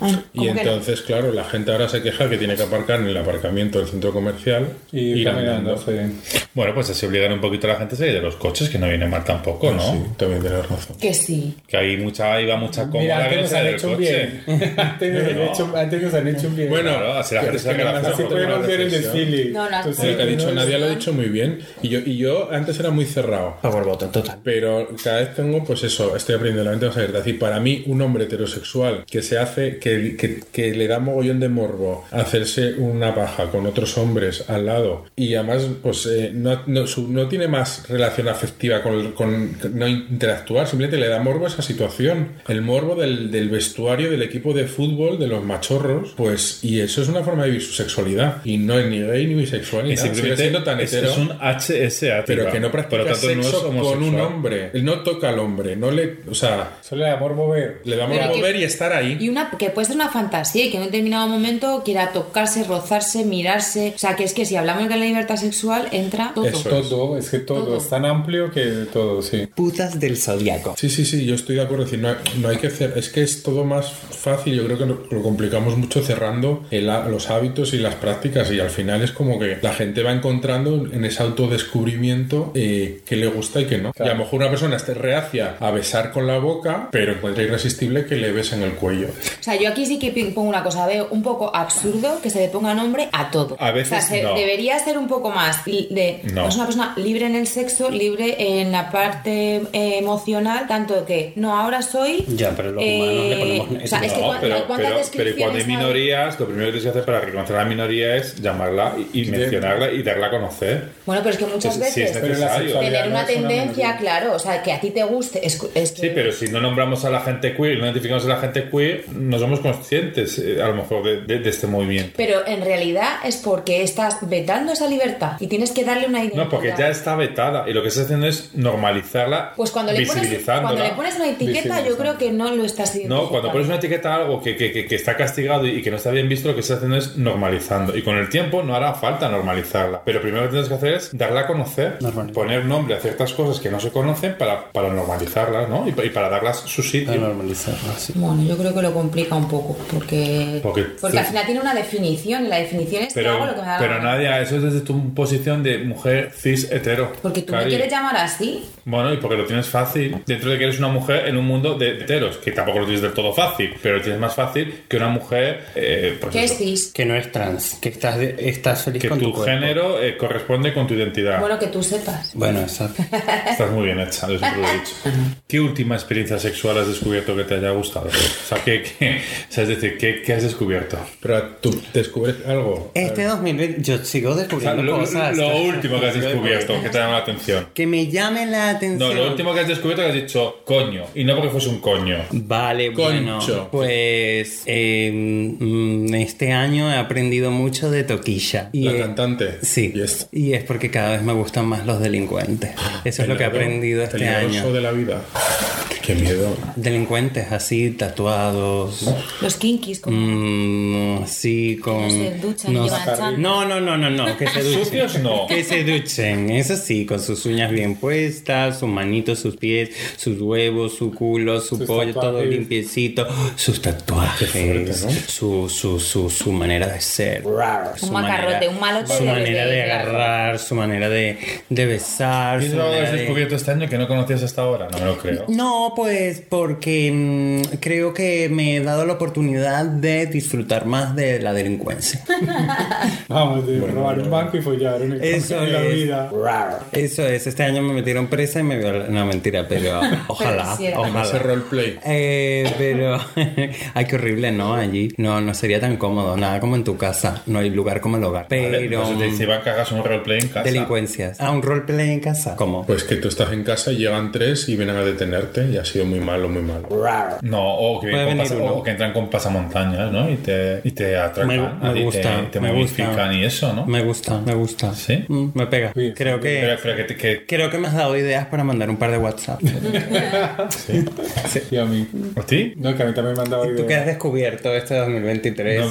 Speaker 7: Ah,
Speaker 4: Y
Speaker 1: ¿Cómo que no?
Speaker 4: entonces, claro, la gente ahora se queja que tiene que aparcar en el aparcamiento del centro comercial
Speaker 6: Y
Speaker 4: ir
Speaker 6: caminando.
Speaker 4: andando.
Speaker 6: sí.
Speaker 3: Bueno, pues así obligan un poquito a la gente a salir de los coches, que no viene mal tampoco, ¿no?
Speaker 4: Pues Sí, también tienes razón.
Speaker 1: Que sí.
Speaker 3: Que hay mucha, iba mucha
Speaker 6: Mira,
Speaker 3: cómoda que
Speaker 6: antes
Speaker 3: no
Speaker 6: nos han
Speaker 3: sale del
Speaker 6: hecho un
Speaker 3: coche.
Speaker 6: bien. antes, nos han
Speaker 3: No.
Speaker 6: hecho- antes nos han hecho un bien.
Speaker 4: Bueno,
Speaker 3: Claro, así la
Speaker 4: pero
Speaker 3: gente
Speaker 4: es
Speaker 3: saca
Speaker 4: que
Speaker 3: la
Speaker 4: me
Speaker 3: foto.
Speaker 4: hace
Speaker 6: Así
Speaker 4: una
Speaker 6: podemos ver el
Speaker 4: reflexión.
Speaker 6: desfile.
Speaker 1: No, la-
Speaker 6: Entonces,
Speaker 4: Lo que ha dicho
Speaker 6: no,
Speaker 4: Nadia lo ha dicho muy bien. Y yo, y yo antes era muy cerrado.
Speaker 2: A borbotón total.
Speaker 4: Pero cada vez tengo, pues eso, estoy aprendiendo la mente más abierta. Es decir, para mí, un hombre heterosexual que se hace, que, que- que le da mogollón de morbo hacerse una paja con otros hombres al lado y además, pues eh, no, no- su- no tiene más relación afectiva con, el- con- con no interactuar, simplemente le da morbo a esa situación. El morbo del, del vestuario del equipo de fútbol, de los machorros, pues, y eso es una forma de vivir su sexualidad. Y no es ni gay ni bisexual ni
Speaker 3: Y
Speaker 4: nada. Sigue
Speaker 3: simplemente
Speaker 4: siendo tan
Speaker 3: es,
Speaker 4: hetero
Speaker 3: es un HSA.
Speaker 4: pero
Speaker 3: tío.
Speaker 4: que no practica
Speaker 3: Por lo tanto, no es
Speaker 4: sexo con un
Speaker 3: homosexual.
Speaker 4: hombre. Él no toca al hombre, no le, o sea,
Speaker 6: Solo le da morbo ver.
Speaker 4: le damos a
Speaker 1: Pero que-
Speaker 4: mover y estar ahí.
Speaker 1: Y una que puede ser una fantasía y que en un determinado momento quiera tocarse, rozarse, mirarse. O sea, que es que si hablamos de la libertad sexual, entra todo.
Speaker 4: Eso.
Speaker 6: Todo, es que todo,
Speaker 1: Todo.
Speaker 6: es tan amplio que todo, sí.
Speaker 2: Putas del zodiaco.
Speaker 4: Sí, sí, sí, yo estoy de acuerdo. Es decir, no hay, no hay que hacer, es que es todo más fácil. Yo creo que lo, lo complicamos mucho cerrando el ha- los hábitos y las prácticas. Y al final es como que la gente va encontrando en ese autodescubrimiento eh, que le gusta y que no. Y a lo mejor una persona esté reacia a besar con la boca, pero encuentra irresistible que le besen el cuello.
Speaker 1: O sea, yo aquí sí que pi- pongo una cosa, veo un poco absurdo que se le ponga nombre a todo.
Speaker 3: A veces
Speaker 1: o sea, se-
Speaker 3: no.
Speaker 1: debería ser un poco más li- de
Speaker 3: No.
Speaker 1: es una persona libre en el sexo, libre en la parte eh, emocional, tanto que no ahora soy eh,
Speaker 2: Ya, pero los humanos le ponemos
Speaker 1: o sea, es que
Speaker 3: este No,
Speaker 1: cuan-
Speaker 3: pero,
Speaker 1: cuántas
Speaker 3: pero- pero
Speaker 1: descripciones
Speaker 3: cuando hay
Speaker 1: hay?
Speaker 3: minorías, lo primero que se hace para reconocer a la minoría es llamarla y, y mencionarla y darla a conocer.
Speaker 1: Bueno, pero es que muchas
Speaker 3: Entonces, si
Speaker 1: veces
Speaker 3: es
Speaker 6: Pero la
Speaker 3: necesario.
Speaker 6: sexualidad
Speaker 1: tener
Speaker 6: no
Speaker 1: una
Speaker 6: es una
Speaker 1: tendencia,
Speaker 6: minoría.
Speaker 1: claro, o sea, que a ti te guste, es, es que
Speaker 3: Sí, pero si no nombramos a la gente queer, no identificamos a la gente queer, no somos conscientes, eh, a lo mejor, de, de- de este movimiento.
Speaker 1: Pero en realidad es porque estás vetando esa libertad y tienes que darle una identidad.
Speaker 3: No, porque ya está vetada y lo que estás haciendo es normalizarla,
Speaker 1: Pues cuando le, pones,
Speaker 3: visibilizándola.
Speaker 1: cuando le pones una etiqueta, yo creo que no lo estás identificando.
Speaker 3: No, cuando pones una etiqueta a algo que, que- que- que está castigado y que no está bien visto, lo que estás haciendo es normalizando. Y con el tiempo no hará falta normalizarla. Pero primero lo que tienes que hacer es darla a conocer,
Speaker 2: Normalizar.
Speaker 3: poner nombre a ciertas cosas que no se conocen para, para normalizarlas, ¿no? Y, pa- y para darlas su
Speaker 2: Para
Speaker 3: sitio.
Speaker 2: normalizarlo, sí.
Speaker 1: Bueno, yo creo que lo complica un poco porque
Speaker 3: Porque-
Speaker 1: al final tiene una definición y la definición es que
Speaker 3: Pero,
Speaker 1: hago lo que me da la
Speaker 3: pero
Speaker 1: gana.
Speaker 3: Nadia, eso es desde tu posición de mujer cis hetero.
Speaker 1: Porque tú me
Speaker 3: Cari.
Speaker 1: quieres llamar así.
Speaker 3: Bueno, y porque lo tienes fácil. Dentro de que eres una mujer en un mundo de heteros, que tampoco lo tienes del todo fácil, pero lo tienes más fácil que una mujer. eh, pues
Speaker 1: ¿Qué
Speaker 3: eso,
Speaker 1: es cis?
Speaker 2: Que no es trans, que estás, de- estás feliz
Speaker 3: que
Speaker 2: con tu,
Speaker 3: tu
Speaker 2: cuerpo.
Speaker 3: género eh, corresponde con tu identidad.
Speaker 1: Bueno, que tú sepas.
Speaker 2: Bueno, exacto.
Speaker 3: Estás muy bien hecha, yo siempre lo he dicho. ¿Qué última experiencia sexual has descubierto que te haya gustado? O sea, ¿qué, qué- o sea, es decir, ¿qué, qué has descubierto?
Speaker 4: Pero tú descubres algo.
Speaker 2: Este 2020 yo sigo
Speaker 3: O sea,
Speaker 2: descubriendo
Speaker 3: lo,
Speaker 2: cosas.
Speaker 3: lo último que has descubierto que te llama la atención.
Speaker 2: Que me llame la atención.
Speaker 3: No, lo último que has descubierto que has dicho coño, y no porque fuese un coño.
Speaker 2: Vale, bueno,
Speaker 4: Concho.
Speaker 2: pues eh, mm, este año he aprendido mucho de Toquilla. Y,
Speaker 4: La
Speaker 2: eh,
Speaker 4: cantante.
Speaker 2: Sí,
Speaker 4: Y es-
Speaker 2: y es porque cada vez me gustan más los delincuentes. Eso es lo que he
Speaker 4: Peligroso,
Speaker 2: aprendido este
Speaker 4: peligroso
Speaker 2: año.
Speaker 4: de la vida. Qué miedo.
Speaker 2: Delincuentes así, tatuados,
Speaker 1: Los kinkis, como
Speaker 2: mm, así
Speaker 1: no
Speaker 2: con...
Speaker 1: se duchan,
Speaker 2: no,
Speaker 1: llevan chándal.
Speaker 2: no, no, no, no, no, que se duchen.
Speaker 3: Sucios no.
Speaker 2: Que se duchen, eso sí, con sus uñas bien puestas, sus manitos, sus pies, sus huevos, su culo, su
Speaker 6: Sus
Speaker 2: pollo, todo
Speaker 6: tatuajes.
Speaker 2: limpiecito, sus tatuajes, su, su, su, su manera de ser, un
Speaker 1: macarrote, un malote
Speaker 2: su
Speaker 1: de-
Speaker 2: manera
Speaker 1: de-
Speaker 2: de
Speaker 1: de-
Speaker 2: agarrar, su manera de, de besar,
Speaker 3: ¿Qué es
Speaker 2: su
Speaker 3: lo que
Speaker 2: manera
Speaker 3: has
Speaker 2: de-
Speaker 3: descubierto este año que no conocías hasta ahora? No me lo creo.
Speaker 2: No, pues porque mm, creo que me he dado la oportunidad de disfrutar más de la delincuencia.
Speaker 6: Vamos, de robar un banco y follar en, el-
Speaker 2: Eso
Speaker 6: en la
Speaker 2: es.
Speaker 6: vida.
Speaker 2: Eso es, este año me metieron presa y me violaron. No, mentira, pero ojalá,
Speaker 1: sí era.
Speaker 2: ojalá.
Speaker 4: Ese roleplay.
Speaker 2: Eh, pero, ay, qué horrible, ¿no? Allí, no, no sería tan cómodo, nada como en tu casa, no hay lugar como el hogar. Pero,
Speaker 3: Entonces pues te decían que hagas un roleplay en casa.
Speaker 2: delincuencias. Ah, un roleplay en casa. ¿Cómo?
Speaker 4: Pues que tú estás en casa, llegan tres y vienen a detenerte y ha sido muy malo, muy malo.
Speaker 3: No, o que,
Speaker 2: Puede
Speaker 3: con
Speaker 2: venir
Speaker 3: pasa-
Speaker 2: uno.
Speaker 3: o que entran con pasamontañas, ¿no? Y te, y te atracan.
Speaker 2: Me,
Speaker 3: y
Speaker 2: me
Speaker 3: te-
Speaker 2: gusta,
Speaker 3: Te,
Speaker 2: me gusta.
Speaker 3: momifican y eso, ¿no?
Speaker 2: Me gusta, me gusta.
Speaker 3: ¿Sí?
Speaker 2: Mm, me pega. Creo que.
Speaker 3: Pero, pero que, te- que-
Speaker 2: Creo que me has dado ideas para mandar un par de WhatsApp. ¿Tú
Speaker 6: Y a mí.
Speaker 3: ¿A ti?
Speaker 6: No, que a mí también me han dado
Speaker 2: qué has
Speaker 6: ideas.
Speaker 2: descubierto este 2023?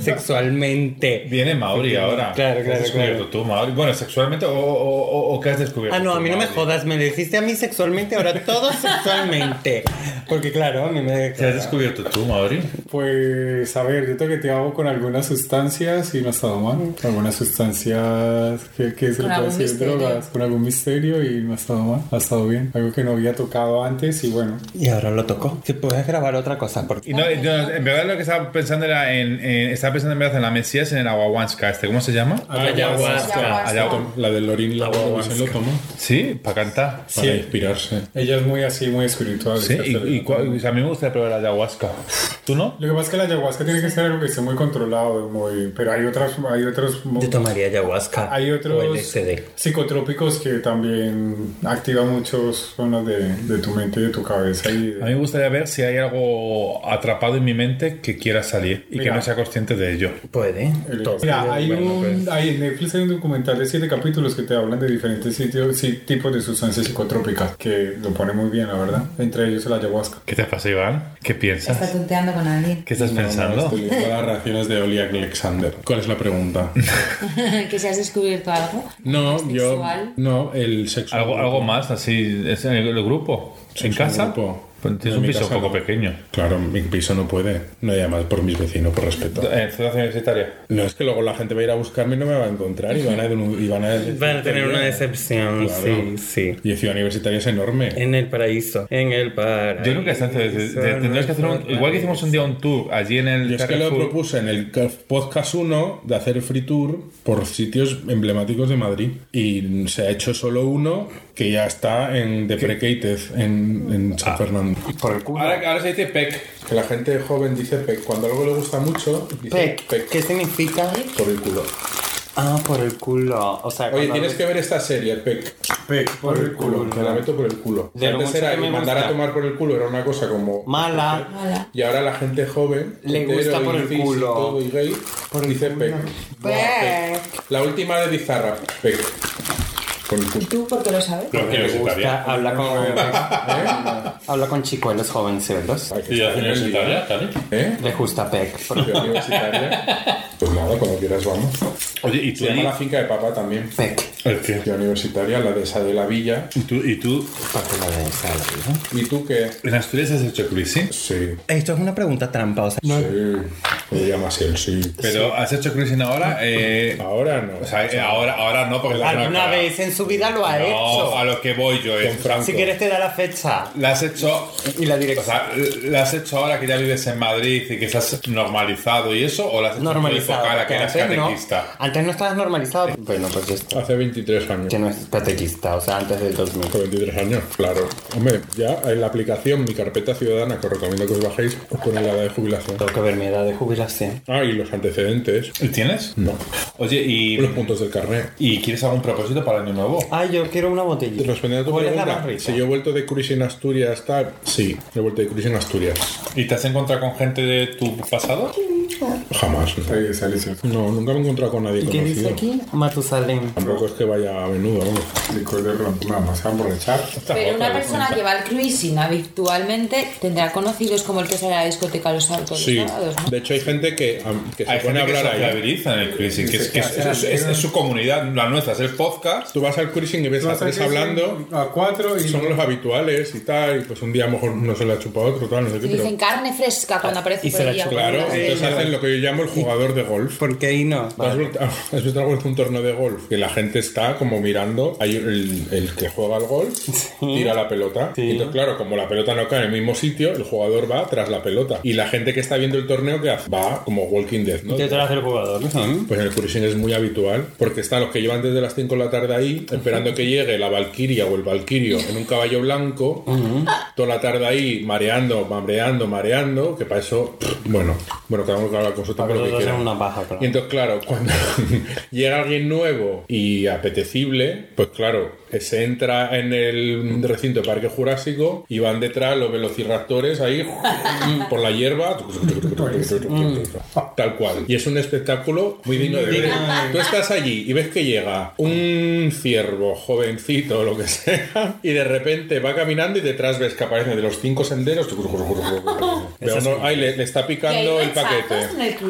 Speaker 2: Sexualmente.
Speaker 3: Viene Mauri ahora.
Speaker 2: Claro,
Speaker 3: ¿Qué has
Speaker 2: claro,
Speaker 3: descubierto
Speaker 2: claro.
Speaker 3: tú, Mauri? Bueno, sexualmente o, o, o, o qué has descubierto.
Speaker 2: Ah, no,
Speaker 3: tú,
Speaker 2: a mí no me
Speaker 3: Mauri?
Speaker 2: jodas, me lo dijiste a mí sexualmente, ahora todo sexualmente. Porque claro, a mí me...
Speaker 3: ¿Qué has descubierto tú, Mauri?
Speaker 6: Pues, a ver, yo toqueteaba con algunas sustancias y no ha estado mal. Algunas sustancias que, que se
Speaker 1: Con
Speaker 6: le puede
Speaker 1: algún
Speaker 6: decir
Speaker 1: misterio.
Speaker 6: drogas, con algún misterio y no ha estado mal. Ha estado bien. Algo que no había tocado antes y bueno.
Speaker 2: Y ahora lo tocó. Si puedes grabar otra cosa, porque...
Speaker 3: Y no, yo, en verdad lo que estaba pensando era en, en- estaba pensando en verdad en la Mesías en el Aguahuasca este, ¿cómo se llama?
Speaker 1: Ayahuasca.
Speaker 3: Ayahu-
Speaker 4: Ah, La de Lorin la
Speaker 2: Ayahuasca.
Speaker 4: se lo tomó
Speaker 3: Sí, para cantar.
Speaker 4: para inspirarse.
Speaker 6: Ella es muy así, muy espiritual.
Speaker 3: Sí,
Speaker 6: esta
Speaker 3: y, y
Speaker 6: persona.
Speaker 3: cua- y a mí me gusta probar la ayahuasca. ¿Tú no?
Speaker 6: Lo que pasa es que la ayahuasca tiene que ser algo que esté muy controlado, muy... pero hay otras, hay otros, mo-
Speaker 2: Yo tomaría ayahuasca.
Speaker 6: hay
Speaker 2: O
Speaker 6: otros
Speaker 2: LSD.
Speaker 6: psicotrópicos que también activan muchos zonas de, de tu mente y de tu cabeza. Y
Speaker 3: A mí me gustaría ver si hay algo atrapado en mi mente que quiera salir y que
Speaker 6: Mira.
Speaker 3: no sea consciente de ello.
Speaker 2: Puede. Todo.
Speaker 6: Mira, hay
Speaker 2: pues,
Speaker 3: bueno,
Speaker 6: un, hay en Netflix hay un documental de siete capítulos que te hablan de diferentes sitios, sí, tipos de sustancias psicotrópicas que lo pone muy bien, la verdad. Entre ellos la ayahuasca.
Speaker 3: ¿Qué te pasa, Iván? ¿Qué
Speaker 1: Está
Speaker 3: piensas?
Speaker 1: tonteando con alguien.
Speaker 3: ¿Qué estás pensando?
Speaker 4: Estoy viendo las reacciones de Oli Alexander. ¿Cuál es la pregunta?
Speaker 1: que si has descubierto algo.
Speaker 4: No, yo.
Speaker 1: ¿Sexual?
Speaker 4: No, el sexo.
Speaker 3: ¿Algo, algo más así es en el, el grupo? ¿En
Speaker 4: Sexo
Speaker 3: casa?
Speaker 4: grupo.
Speaker 3: Pues Tienes
Speaker 4: En
Speaker 3: un
Speaker 4: mi
Speaker 3: piso un
Speaker 4: casa
Speaker 3: poco
Speaker 4: no.
Speaker 3: pequeño.
Speaker 4: Claro, mi piso no puede. No, y además por mis vecinos, por respeto.
Speaker 3: ¿En ciudad Eh, universitaria?
Speaker 4: No es que luego la gente va a ir a buscarme y no me va a encontrar y van a. denun- Y van a,
Speaker 2: Van a tener una decepción,
Speaker 4: Claro.
Speaker 2: sí, sí.
Speaker 4: Y ciudad universitaria es enorme.
Speaker 2: En el paraíso. En el paraíso.
Speaker 3: Yo nunca he estado en ciudad universitaria. Tendrás que hacer un... Igual que hicimos un día un tour allí en el
Speaker 4: Yo es que lo
Speaker 3: Carrefour.
Speaker 4: propuse en el podcast 1 de hacer free tour por sitios emblemáticos de Madrid. Y se ha hecho solo uno que ya está en Deprecated, en, en San Fernando.
Speaker 6: Por el culo.
Speaker 3: Ahora, ahora se dice PEC.
Speaker 4: Que la gente joven dice PEC. Cuando algo le gusta mucho, dice
Speaker 2: Pec. ¿Qué significa?
Speaker 4: por el culo.
Speaker 2: Ah, por el culo. O sea,
Speaker 4: Oye,
Speaker 2: cuando-
Speaker 4: tienes que ver esta serie, PEC.
Speaker 6: por el culo.
Speaker 4: Te la meto por el culo.
Speaker 2: De lo
Speaker 4: Antes
Speaker 2: mucho
Speaker 4: era
Speaker 2: que
Speaker 4: que
Speaker 2: me
Speaker 4: mandar a
Speaker 2: gusta.
Speaker 4: tomar por el culo, era una cosa como...
Speaker 2: Mala.
Speaker 1: Hola.
Speaker 4: Y ahora la gente joven...
Speaker 2: Le
Speaker 4: hetero
Speaker 2: gusta
Speaker 4: y
Speaker 2: por el
Speaker 4: cis y
Speaker 2: culo.
Speaker 4: todo y gay, dice PEC.
Speaker 1: Pec.
Speaker 4: La última de Bizarra, PEC. Por el culo.
Speaker 7: ¿Y tú por qué lo sabes?
Speaker 3: Lo que
Speaker 2: Me gusta. Habla con,
Speaker 4: ¿Eh?
Speaker 2: habla con chicuelos jovencelos.
Speaker 3: ¿Ciudad universitaria, Cali?
Speaker 4: ¿Eh?
Speaker 2: Le gusta Pec.
Speaker 4: Ciudad universitaria. Pues nada, cuando quieras vamos.
Speaker 3: Oye, ¿y tú,
Speaker 4: Se llama la finca de papá también.
Speaker 2: Pec.
Speaker 3: ¿El qué?
Speaker 4: Ciudad universitaria, la de esa de la villa.
Speaker 3: ¿Y tú, y tú
Speaker 2: Parte la de esa, ¿no?
Speaker 4: ¿Y tú qué?
Speaker 3: en Asturias has hecho cruising?
Speaker 4: Sí.
Speaker 2: Esto es una pregunta trampa. O sea, no,
Speaker 4: Sí. Me llama así el sí.
Speaker 3: Pero has hecho cruising ahora, eh,
Speaker 4: Ahora no.
Speaker 3: o sea, eh, ahora, ahora no, porque la
Speaker 2: alguna vez en su vida lo ha
Speaker 3: No,
Speaker 2: hecho.
Speaker 3: a lo que voy yo
Speaker 4: con
Speaker 3: es.
Speaker 4: Franco.
Speaker 2: Si quieres, te da la fecha
Speaker 3: La has hecho,
Speaker 2: y la
Speaker 3: o
Speaker 2: dirección.
Speaker 3: sea, la has hecho ahora que ya vives en Madrid y que estás normalizado y eso, o la has hecho
Speaker 2: Normalizado.
Speaker 3: en tu época, la que
Speaker 2: porque
Speaker 3: eras
Speaker 2: antes, no,
Speaker 3: catequista.
Speaker 2: antes no estabas normalizado. Bueno, pues esto.
Speaker 4: Hace 23 años.
Speaker 2: Que no es catequista, o sea, antes del 2000.
Speaker 4: Hace 23 años, claro. Hombre, ya en la aplicación, mi carpeta ciudadana, que os recomiendo que os bajéis, os pone la edad de jubilación.
Speaker 2: Tengo que ver mi edad de jubilación.
Speaker 4: Ah, y los antecedentes.
Speaker 3: ¿Y tienes?
Speaker 4: No.
Speaker 3: Oye, y,
Speaker 4: Los puntos del carnet.
Speaker 3: ¿y quieres algún propósito para el año nuevo?
Speaker 2: Ay, yo quiero una botellita.
Speaker 4: Respondiendo a tu
Speaker 2: ¿Cuál es la
Speaker 4: pregunta,
Speaker 2: más rica?
Speaker 4: si yo he vuelto de cruising a Asturias, tal. Sí, he vuelto de cruising a Asturias.
Speaker 3: ¿Y te has encontrado con gente de tu pasado?
Speaker 4: Jamás.
Speaker 6: Ahí está, delicioso.
Speaker 4: No, nunca me he encontrado con nadie
Speaker 2: ¿Y qué
Speaker 4: conocido.
Speaker 2: dice aquí? Matusalén.
Speaker 4: Tampoco es que vaya a menudo, vamos.
Speaker 6: Licor de ron. Vamos a emborrachar.
Speaker 1: Pero una persona que va al cruising habitualmente tendrá conocidos como el que sale a la discoteca los sábados,
Speaker 4: Sí.
Speaker 1: los sábados, ¿no?
Speaker 4: De hecho, hay gente que, am- que se
Speaker 3: Hay
Speaker 4: pone
Speaker 3: gente
Speaker 4: a
Speaker 3: que se
Speaker 4: hablar ahí.
Speaker 3: sociabiliza en el cruising, que es, que es-
Speaker 6: Sí, sí,
Speaker 3: es-
Speaker 6: sí.
Speaker 3: es- es su comunidad, la nuestra, es el podcast.
Speaker 4: Tú vas al cruising y ves a tres hablando.
Speaker 6: A cuatro y...
Speaker 4: Son los habituales y tal, y pues un día a lo mejor no se la chupa a otro, tal, no sé qué,
Speaker 1: Y
Speaker 4: pero
Speaker 1: dicen carne fresca cuando aparece
Speaker 2: Y
Speaker 1: por
Speaker 2: se la
Speaker 1: ahí
Speaker 2: chupa.
Speaker 1: alguna
Speaker 4: Claro,
Speaker 1: de-
Speaker 4: entonces hacen en lo que yo llamo el jugador de golf.
Speaker 2: ¿Por qué ahí no?
Speaker 4: ¿Has vuelto- ¿Has visto algún un torneo de golf? Que la gente está como mirando. Hay el, el que juega al golf, tira la pelota. Y entonces, claro, como la pelota no cae en el mismo sitio, el jugador va tras la pelota. Y la gente que está viendo el torneo, que hace? Va como Walking Dead, ¿no?
Speaker 2: Detrás del jugador. ¿no?
Speaker 4: Pues en el Curishin es muy habitual, porque están los que llevan desde las 5 de la tarde ahí, esperando que llegue la Valquiria o el Valquirio en un caballo blanco, toda la tarde ahí mareando, mareando, mareando, que para eso, pff, bueno, bueno, cada uno que habla con su tiempo
Speaker 2: Para
Speaker 4: lo que
Speaker 2: nosotros es
Speaker 4: quiera.
Speaker 2: una paja, pero-
Speaker 4: Y entonces, claro, cuando llega alguien nuevo y apetecible, pues claro, eh, se entra en el recinto de Parque Jurásico y van detrás los velociraptores ahí por la hierba, tal cual. Y es un espectáculo muy digno de ver. Tú estás allí y ves que llega un ciervo, jovencito o lo que sea, y de repente va caminando y detrás ves que aparecen de los cinco senderos. Pero no, ay, le, le está picando el paquete.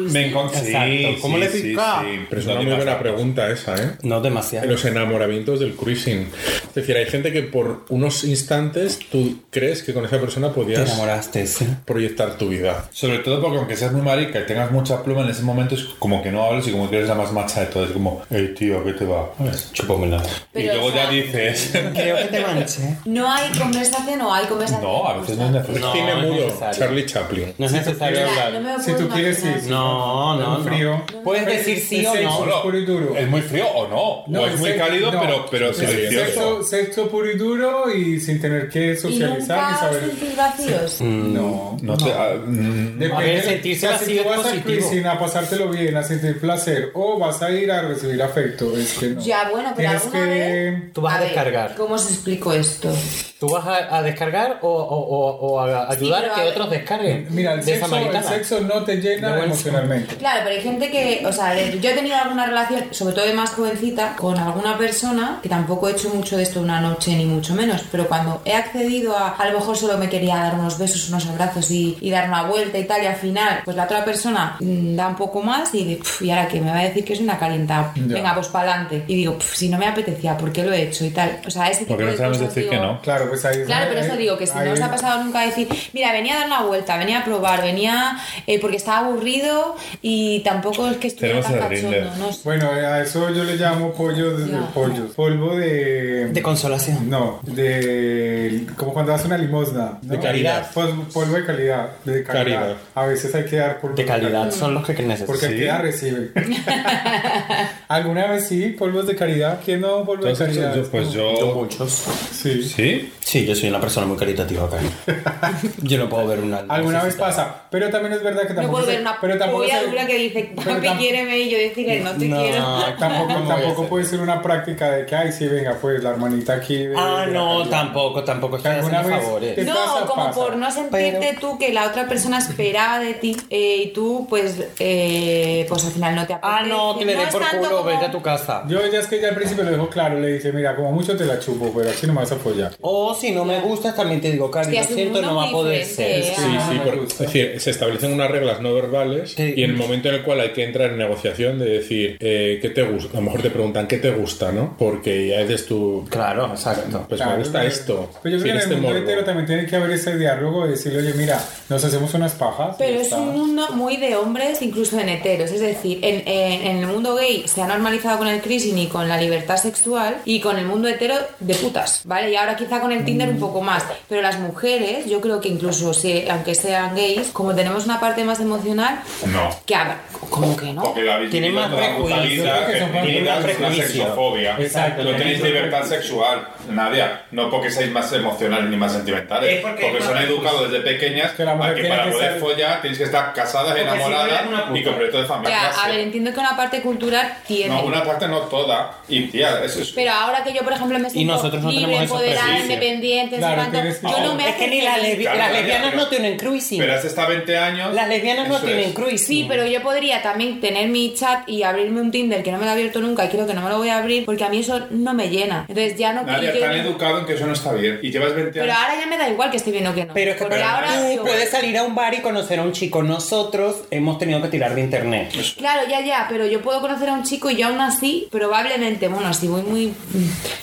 Speaker 5: Me encontré.
Speaker 2: Exacto. ¿Cómo le pica?
Speaker 4: Pero es una muy buena
Speaker 2: pues.
Speaker 4: pregunta esa, ¿eh?
Speaker 2: No demasiado.
Speaker 4: Los enamoramientos del cruising. Es decir, hay gente que por unos instantes tú crees que con esa persona
Speaker 2: Te
Speaker 4: podías
Speaker 2: enamoraste, sí.
Speaker 4: proyectar tu vida.
Speaker 5: Sobre todo porque aunque seas muy marica y tengas mucha pluma, en ese momento es como que no hablas y como que eres la más macha de todo. Es como, hey tío, ¿qué te va?
Speaker 2: Chúpamela.
Speaker 5: Y
Speaker 1: Pero,
Speaker 5: luego
Speaker 1: o sea,
Speaker 5: ya dices...
Speaker 2: Creo que te manché.
Speaker 1: No hay conversación o hay conversación.
Speaker 5: No, a veces no es necesario.
Speaker 2: No,
Speaker 4: Cine
Speaker 2: no es
Speaker 4: mudo,
Speaker 2: necesario.
Speaker 4: Charlie Chaplin.
Speaker 2: No es necesario
Speaker 1: Mira,
Speaker 2: hablar.
Speaker 1: no me lo
Speaker 6: Si
Speaker 1: puedo
Speaker 6: tú quieres,
Speaker 1: imaginar.
Speaker 6: sí.
Speaker 2: No, no,
Speaker 6: Muy
Speaker 2: no.
Speaker 6: frío.
Speaker 2: Puedes decir sí
Speaker 6: Es
Speaker 2: o
Speaker 6: sexo
Speaker 2: no.
Speaker 6: puro y duro.
Speaker 5: Es muy frío o no.
Speaker 6: No,
Speaker 5: o es muy
Speaker 6: sexo-
Speaker 5: cálido,
Speaker 6: no.
Speaker 5: pero, pero
Speaker 6: Es
Speaker 5: silencioso.
Speaker 6: Sexo, sexo puro y duro y sin tener que
Speaker 1: ¿Y
Speaker 6: socializar ni
Speaker 1: nunca os
Speaker 6: saber.
Speaker 1: sentís vacíos?
Speaker 5: No, no te. ah, mm,
Speaker 6: Depende.
Speaker 2: A ver, sentirse
Speaker 6: O sea, si
Speaker 2: vacío
Speaker 6: tú
Speaker 2: es
Speaker 6: vas a
Speaker 2: positivo.
Speaker 6: Christine a pasártelo bien, a sentir placer, o vas a ir a recibir afecto, es que no.
Speaker 1: Ya, bueno, pero
Speaker 6: Tienes
Speaker 1: alguna
Speaker 6: que...
Speaker 1: vez-
Speaker 2: Tú vas a,
Speaker 1: ver,
Speaker 2: descargar.
Speaker 1: ¿Cómo os explico esto?
Speaker 2: Tú vas a, a descargar o, o- o- o a ayudar
Speaker 1: pero a
Speaker 2: que
Speaker 1: ver.
Speaker 2: otros descarguen.
Speaker 6: Mira, el
Speaker 2: de
Speaker 6: sexo, el
Speaker 2: samaritana.
Speaker 6: sexo no te
Speaker 2: De
Speaker 6: llena
Speaker 2: buen-
Speaker 6: emocionalmente.
Speaker 1: Claro, pero hay gente que, o sea, de- yo he tenido alguna relación, sobre todo de más jovencita, con alguna persona, que tampoco he hecho mucho de esto una noche, ni mucho menos, pero cuando he accedido a, a lo mejor solo me quería dar unos besos, unos abrazos y, y dar una vuelta y tal, y al final, pues la otra persona mm, da un poco más y dice, "Pf, y ahora que me va a decir que es una calienta, venga, pues para adelante. Y digo, "Pf, si no me apetecía, ¿por qué lo he hecho? Y tal, Pues, o sea, ese tipo
Speaker 5: Porque no
Speaker 1: de
Speaker 5: sabemos
Speaker 1: cosas,
Speaker 5: decir que
Speaker 1: digo,
Speaker 5: no.
Speaker 6: Claro, pues ahí es
Speaker 1: Claro, pero eso
Speaker 6: ahí-
Speaker 1: digo, que si
Speaker 6: ahí-
Speaker 1: no os ha pasado nunca decir, mira, venía a dar una vuelta, venía a probar, venía eh, porque estaba aburrido y tampoco es que estuviera
Speaker 5: Tenemos
Speaker 1: tan
Speaker 5: el Grindr.
Speaker 6: eh.
Speaker 1: cachondo, no sé.
Speaker 6: Bueno, a eso yo le llamo pollo de,
Speaker 1: No.
Speaker 6: pollos. Polvo de...
Speaker 2: De consolación.
Speaker 6: no, de... Como cuando das una limosna. ¿no?
Speaker 4: De caridad.
Speaker 6: Polvo, polvo de calidad. De calidad.
Speaker 4: Caridad.
Speaker 6: A veces hay que dar polvo
Speaker 2: De calidad son los que necesitas.
Speaker 6: Porque el que da recibe. ¿Alguna vez sí? ¿Polvos de caridad? ¿Quién no? ¿Polvo de
Speaker 5: Entonces,
Speaker 6: caridad?
Speaker 5: yo- pues
Speaker 2: Yo
Speaker 5: yo.
Speaker 2: muchos.
Speaker 6: Sí.
Speaker 5: ¿Sí?
Speaker 2: Sí, yo soy una persona muy caritativa acá. Yo no puedo ver una.
Speaker 6: Alguna vez
Speaker 2: necesitada.
Speaker 6: pasa. Pero también es verdad que
Speaker 1: No
Speaker 6: tampoco.
Speaker 1: puedo
Speaker 6: se-
Speaker 1: ver una
Speaker 6: pero tampoco.
Speaker 1: polla
Speaker 6: se-
Speaker 1: dura que dice,
Speaker 6: pero
Speaker 1: papi,
Speaker 6: tam-
Speaker 1: quiéreme, y yo decirle, no te
Speaker 2: No,
Speaker 1: quiero.
Speaker 6: Tampoco,
Speaker 2: ¿cómo voy a
Speaker 6: tampoco
Speaker 2: hacer?
Speaker 6: puede ser una práctica de que, ay, sí, venga, pues la hermanita aquí. de-
Speaker 2: Ah,
Speaker 6: de la
Speaker 2: no,
Speaker 6: caridad".
Speaker 2: tampoco, tampoco estoy
Speaker 6: ¿Alguna
Speaker 2: haciendo
Speaker 6: vez
Speaker 2: favores.
Speaker 6: te-
Speaker 1: No,
Speaker 6: pasa,
Speaker 1: como
Speaker 6: pasa.
Speaker 1: por no sentirte
Speaker 2: Pero-
Speaker 1: tú que la otra persona esperaba de ti eh, y tú, pues, eh, pues al final no te apetece.
Speaker 2: Ah, no, que le dé
Speaker 1: es
Speaker 2: por
Speaker 1: tanto
Speaker 2: culo,
Speaker 1: como-
Speaker 2: vete a tu casa.
Speaker 6: Yo ya es que ya al principio lo dejo claro, le dice, mira, como mucho te la chupo, pero aquí no me vas a apoyar.
Speaker 2: O si no me gustas, también te digo, Cari,
Speaker 1: Hostia,
Speaker 2: lo
Speaker 1: es un
Speaker 2: siento, no
Speaker 1: mundo
Speaker 2: va a
Speaker 1: muy
Speaker 2: poder
Speaker 1: diferente,
Speaker 2: ser.
Speaker 1: ¿eh?
Speaker 4: Sí, sí,
Speaker 6: Ah,
Speaker 4: por-
Speaker 6: me
Speaker 4: es
Speaker 6: gusta.
Speaker 4: decir, se establecen unas reglas no verbales
Speaker 2: Sí.
Speaker 4: y en el momento en el cual hay que entrar en negociación de decir, eh, ¿qué te gusta? A lo mejor te preguntan, ¿qué te gusta? ¿no? Porque ya es tu...
Speaker 2: Claro, exacto.
Speaker 4: Pues
Speaker 6: Claro,
Speaker 4: me gusta
Speaker 6: pero-
Speaker 4: esto.
Speaker 6: Pero yo creo
Speaker 4: tiene
Speaker 6: que en
Speaker 4: este
Speaker 6: el mundo
Speaker 4: morbo.
Speaker 6: entero también tiene que haber ese diálogo de decirle, oye, mira, nos hacemos unas pajas. y
Speaker 1: Pero
Speaker 6: ya
Speaker 1: es
Speaker 6: está.
Speaker 1: un mundo muy de hombres, incluso en heteros. Es decir, en, en- en el mundo gay se ha normalizado con el cruising y con la libertad sexual y con el mundo hetero de putas, ¿vale? Y ahora quizá con el Tinder un poco más. Pero las mujeres, yo creo que incluso, si, aunque sean gays, como tenemos una parte más emocional,
Speaker 5: No.
Speaker 1: que habrá... ¿Cómo que no?
Speaker 5: Porque la
Speaker 2: Tiene más prejuicio. Tiene más prejuicio. Exacto.
Speaker 5: No tenéis libertad sexual, Nadia. No porque seáis más emocionales ni más sentimentales.
Speaker 2: Es porque
Speaker 5: porque
Speaker 2: hay
Speaker 5: son
Speaker 2: más
Speaker 5: educados desde pequeñas
Speaker 6: Que la mujer
Speaker 5: a que
Speaker 6: tiene
Speaker 5: para
Speaker 6: que
Speaker 5: poder
Speaker 6: ser-
Speaker 5: follar tienes que estar casadas,
Speaker 2: Porque si no,
Speaker 5: enamoradas
Speaker 2: eres una puta.
Speaker 5: y completo de familia.
Speaker 1: Ya,
Speaker 5: Sí.
Speaker 1: a ver, entiendo que una parte cultural tiene...
Speaker 5: no, una parte no toda. Y tía, eso es.
Speaker 1: Pero ahora que yo, por ejemplo, me siento
Speaker 2: nosotros no
Speaker 1: libre,
Speaker 2: tenemos esos
Speaker 1: empoderada,
Speaker 5: prejuicios.
Speaker 1: independiente, no sé
Speaker 6: Claro,
Speaker 1: cuánto,
Speaker 6: tienes que-
Speaker 1: yo no me
Speaker 2: Es que ni
Speaker 1: hace
Speaker 2: las,
Speaker 1: feliz.
Speaker 2: lesbi-
Speaker 5: Claro,
Speaker 2: las
Speaker 5: Nadia,
Speaker 2: lesbianas
Speaker 5: pero-
Speaker 2: no tienen cruising.
Speaker 5: Pero hasta 20 años.
Speaker 2: Las lesbianas no
Speaker 5: eso
Speaker 2: tienen
Speaker 5: es.
Speaker 2: cruising.
Speaker 1: Sí, pero yo podría también tener mi chat y abrirme un Tinder que no me lo he abierto nunca y creo que no me lo voy a abrir porque a mí eso no me llena. Entonces ya no
Speaker 5: Nadia,
Speaker 1: que-
Speaker 5: tan educado en que eso no está bien. Y llevas 20
Speaker 1: Pero
Speaker 5: años.
Speaker 1: ahora ya me da igual que esté bien o que no.
Speaker 2: Pero es que
Speaker 1: porque
Speaker 2: pero
Speaker 1: ahora
Speaker 2: tú
Speaker 1: yo-
Speaker 2: puedes salir a un bar y conocer a un chico. Nosotros hemos tenido que tirar de internet.
Speaker 1: Claro, ya, ya, pero yo puedo conocer a un chico y yo aún así, probablemente, bueno, si voy muy.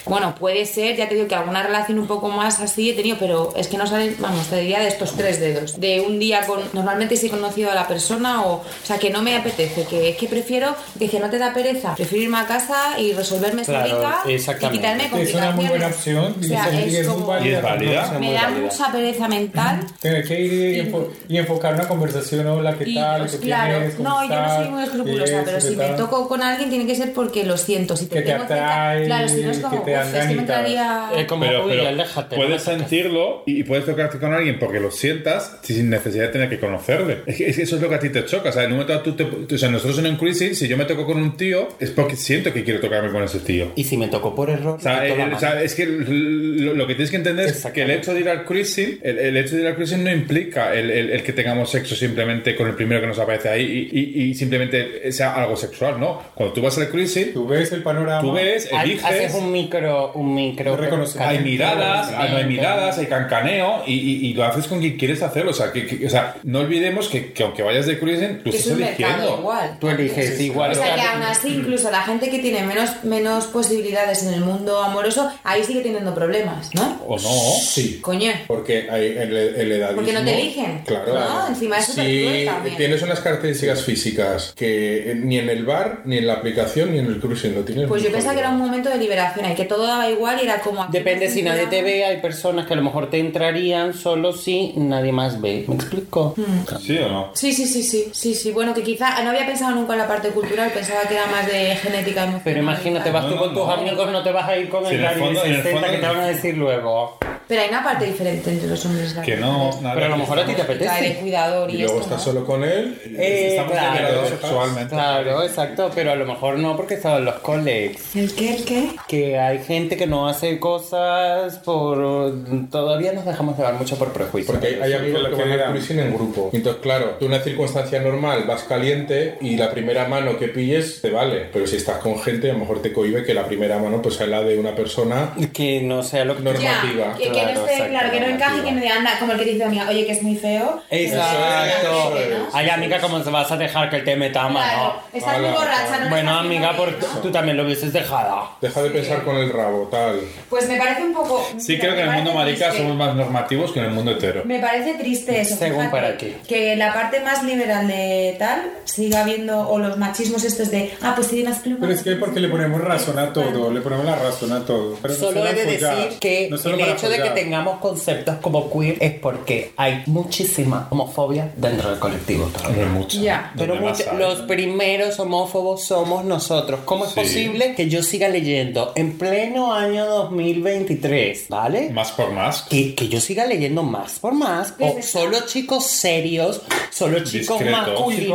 Speaker 1: Bueno, puede ser, ya te digo que alguna relación un poco más así he tenido, pero es que no salen, vamos, te diría de estos tres dedos. De un día con. Normalmente sí he conocido a la persona o, o sea, que no me apetece, que es que prefiero, dice, no te da pereza, prefiero irme a casa y resolverme esa
Speaker 2: Claro,
Speaker 1: rica y
Speaker 2: exactamente.
Speaker 1: quitarme
Speaker 6: Es una muy buena opción.
Speaker 1: complicaciones. O sea,
Speaker 6: y
Speaker 1: es
Speaker 6: muy
Speaker 1: como-
Speaker 6: válida
Speaker 3: Y es
Speaker 6: también.
Speaker 3: válida.
Speaker 1: me
Speaker 2: muy
Speaker 1: da
Speaker 2: válida.
Speaker 1: mucha pereza mental.
Speaker 6: Tener que ir y, enfo- y enfocar una conversación, "Oh, hola, ¿qué
Speaker 1: Y,
Speaker 6: tal?
Speaker 1: pues,
Speaker 6: ¿Qué
Speaker 1: claro,
Speaker 6: tienes? ¿Cómo
Speaker 1: no, yo no soy
Speaker 6: estás?
Speaker 1: muy escrupulosa,
Speaker 6: Eso,
Speaker 1: pero
Speaker 6: ¿qué
Speaker 1: si me
Speaker 6: tal?
Speaker 1: toco con alguien tiene que ser porque lo siento, si te
Speaker 6: Que te
Speaker 1: tengo cerca-
Speaker 6: atrae,
Speaker 1: claro, si no es como,
Speaker 6: que te
Speaker 1: "Uf, es que me
Speaker 6: engañita".
Speaker 1: entraría...
Speaker 2: Es como,
Speaker 3: Pero,
Speaker 2: uy,
Speaker 3: pero
Speaker 2: aléjate. no me
Speaker 3: puedes
Speaker 2: toques.
Speaker 3: sentirlo y, y puedes tocarte con alguien porque lo sientas sin necesidad de tener que conocerle. Es que, es que eso es lo que a ti te choca. O sea, en un momento dado tú te- o sea, nosotros en un crisis, si yo me toco con un tío, es porque siento que quiero tocarme con ese tío.
Speaker 2: Y si me tocó por error,
Speaker 3: O sea,
Speaker 2: meto
Speaker 3: el-
Speaker 2: la
Speaker 3: el-
Speaker 2: mano.
Speaker 3: o sea, es que el- lo, lo que tienes que entender es que el hecho de ir al cruising, el, el hecho de ir al cruising no implica el, el- el que tengamos sexo simplemente con el primero que nos aparece ahí y, y- y simplemente sea algo sexual, ¿no? Cuando tú vas al cruising,
Speaker 6: Tú ves el panorama.
Speaker 3: tú ves,
Speaker 2: Ha-
Speaker 3: eliges,
Speaker 2: Haces un micro, un micro.
Speaker 6: Reconocimiento.
Speaker 3: hay
Speaker 2: Calentamiento.
Speaker 3: miradas, ah, no hay miradas, hay cancaneo y, y- y lo haces con quien quieres hacerlo. O sea, que, que- o sea no olvidemos que, que aunque vayas de cruising, tú
Speaker 1: que es
Speaker 3: estás
Speaker 1: un mercado
Speaker 3: eligiendo.
Speaker 1: igual.
Speaker 2: Tú eliges igual.
Speaker 1: O sea que
Speaker 2: tal-
Speaker 1: aún así, incluso la gente que tiene menos, menos posibilidades en el mundo amoroso, ahí sigue teniendo problemas, ¿no?
Speaker 3: ¿O no?
Speaker 4: Sí.
Speaker 1: Coño.
Speaker 4: Porque hay el, el edadismo.
Speaker 1: Porque no te eligen.
Speaker 4: Claro.
Speaker 1: No, encima es supercruel
Speaker 4: Si
Speaker 1: también.
Speaker 4: tienes unas características físicas que eh, ni en el bar, ni en la aplicación, ni en el cruising lo tienes.
Speaker 1: Pues yo
Speaker 4: muy
Speaker 1: pensaba que era un
Speaker 4: controlado.
Speaker 1: momento de liberación, y que todo daba igual y era como... aquí
Speaker 2: Depende
Speaker 1: no
Speaker 2: si nadie te
Speaker 1: funciona.
Speaker 2: ve, hay personas que a lo mejor te entrarían solo si nadie más ve. ¿Me explico?
Speaker 1: Hmm.
Speaker 3: ¿Sí o no?
Speaker 1: Sí, sí, sí, sí, sí, sí. Bueno, que quizá no había pensado nunca en la parte cultural, pensaba que era más de genética emocional.
Speaker 2: Pero imagínate,
Speaker 1: y
Speaker 2: vas
Speaker 1: tal.
Speaker 2: tú
Speaker 3: No,
Speaker 2: con
Speaker 3: no,
Speaker 2: tus
Speaker 3: no.
Speaker 2: amigos, no te vas a ir con
Speaker 3: Sí,
Speaker 2: el
Speaker 3: en el
Speaker 2: Gary de
Speaker 3: fondo- en el
Speaker 2: 60 que
Speaker 3: fondo-
Speaker 2: te van a decir luego.
Speaker 1: Pero hay una parte diferente entre los hombres. y las
Speaker 3: Que no.
Speaker 1: mujeres.
Speaker 3: nada.
Speaker 2: Pero a lo mejor a ti te
Speaker 1: La de
Speaker 2: apetece.
Speaker 1: cuidador y,
Speaker 4: Y luego
Speaker 1: esto,
Speaker 4: estás
Speaker 1: ¿no?
Speaker 4: solo con él.
Speaker 2: Eh,
Speaker 3: Estamos liberados
Speaker 2: claro,
Speaker 3: sexualmente.
Speaker 2: claro, exacto, pero a lo mejor no porque estaban los colegas.
Speaker 8: ¿El qué? ¿El qué?
Speaker 2: Que hay gente que no hace cosas por... Todavía nos dejamos llevar mucho por prejuicios.
Speaker 4: Porque hay- hay amigos que van al cruising en grupo. Entonces, claro, tú en una circunstancia normal vas caliente y la primera mano que pilles te vale. Pero si estás con gente, a lo mejor te cohibe que la primera mano pues sea la de una persona
Speaker 2: Que no sea lo que...
Speaker 4: Normal.
Speaker 1: Ya,
Speaker 4: normativa,
Speaker 1: que, que no
Speaker 2: claro,
Speaker 1: esté,
Speaker 2: exacto,
Speaker 1: claro, que no encaje, que me diga, anda, como el que te dice a mí, oye, que es muy feo.
Speaker 2: Exacto.
Speaker 1: Eso es, eso es.
Speaker 2: Ay, amiga, ¿cómo te vas a dejar que te meta mano?
Speaker 1: Claro, estás muy
Speaker 4: Hola.
Speaker 1: borracha, no
Speaker 2: Bueno,
Speaker 1: estás muy
Speaker 2: amiga, por...
Speaker 1: bien, ¿no?
Speaker 2: tú también lo hubieses dejado.
Speaker 4: Deja de pensar con el rabo, tal.
Speaker 1: Pues me parece un poco.
Speaker 3: Sí,
Speaker 1: mira,
Speaker 3: creo
Speaker 1: me
Speaker 3: que en el mundo
Speaker 1: parece
Speaker 3: marica
Speaker 1: triste.
Speaker 3: somos más normativos que en el mundo hetero.
Speaker 1: Me parece triste eso.
Speaker 2: Según
Speaker 1: fíjate,
Speaker 2: para qué.
Speaker 1: Que la parte más liberal de tal siga habiendo, o los machismos estos de, ah, pues tiene más plumas.
Speaker 6: Pero es que porque le ponemos razón a todo, le ponemos la razón a todo. Pero no
Speaker 2: Solo he de
Speaker 6: apoyar,
Speaker 2: decir que
Speaker 6: no solo
Speaker 2: el
Speaker 6: para
Speaker 2: hecho de que
Speaker 6: apoyar.
Speaker 2: tengamos conceptos como queer es porque hay muchísima homofobia dentro del colectivo todavía.
Speaker 3: Hombre, mucho.
Speaker 1: Ya.
Speaker 3: Donde
Speaker 2: Pero
Speaker 3: más
Speaker 2: mucha-
Speaker 3: hay.
Speaker 2: los primeros homófobos somos nosotros. ¿Cómo es
Speaker 3: Sí.
Speaker 2: posible que yo siga leyendo en pleno año 2023? ¿Vale?
Speaker 3: Más por más.
Speaker 2: Que, que yo siga leyendo más por más. O solo chicos serios, solo chicos
Speaker 3: Discreto.
Speaker 6: Chico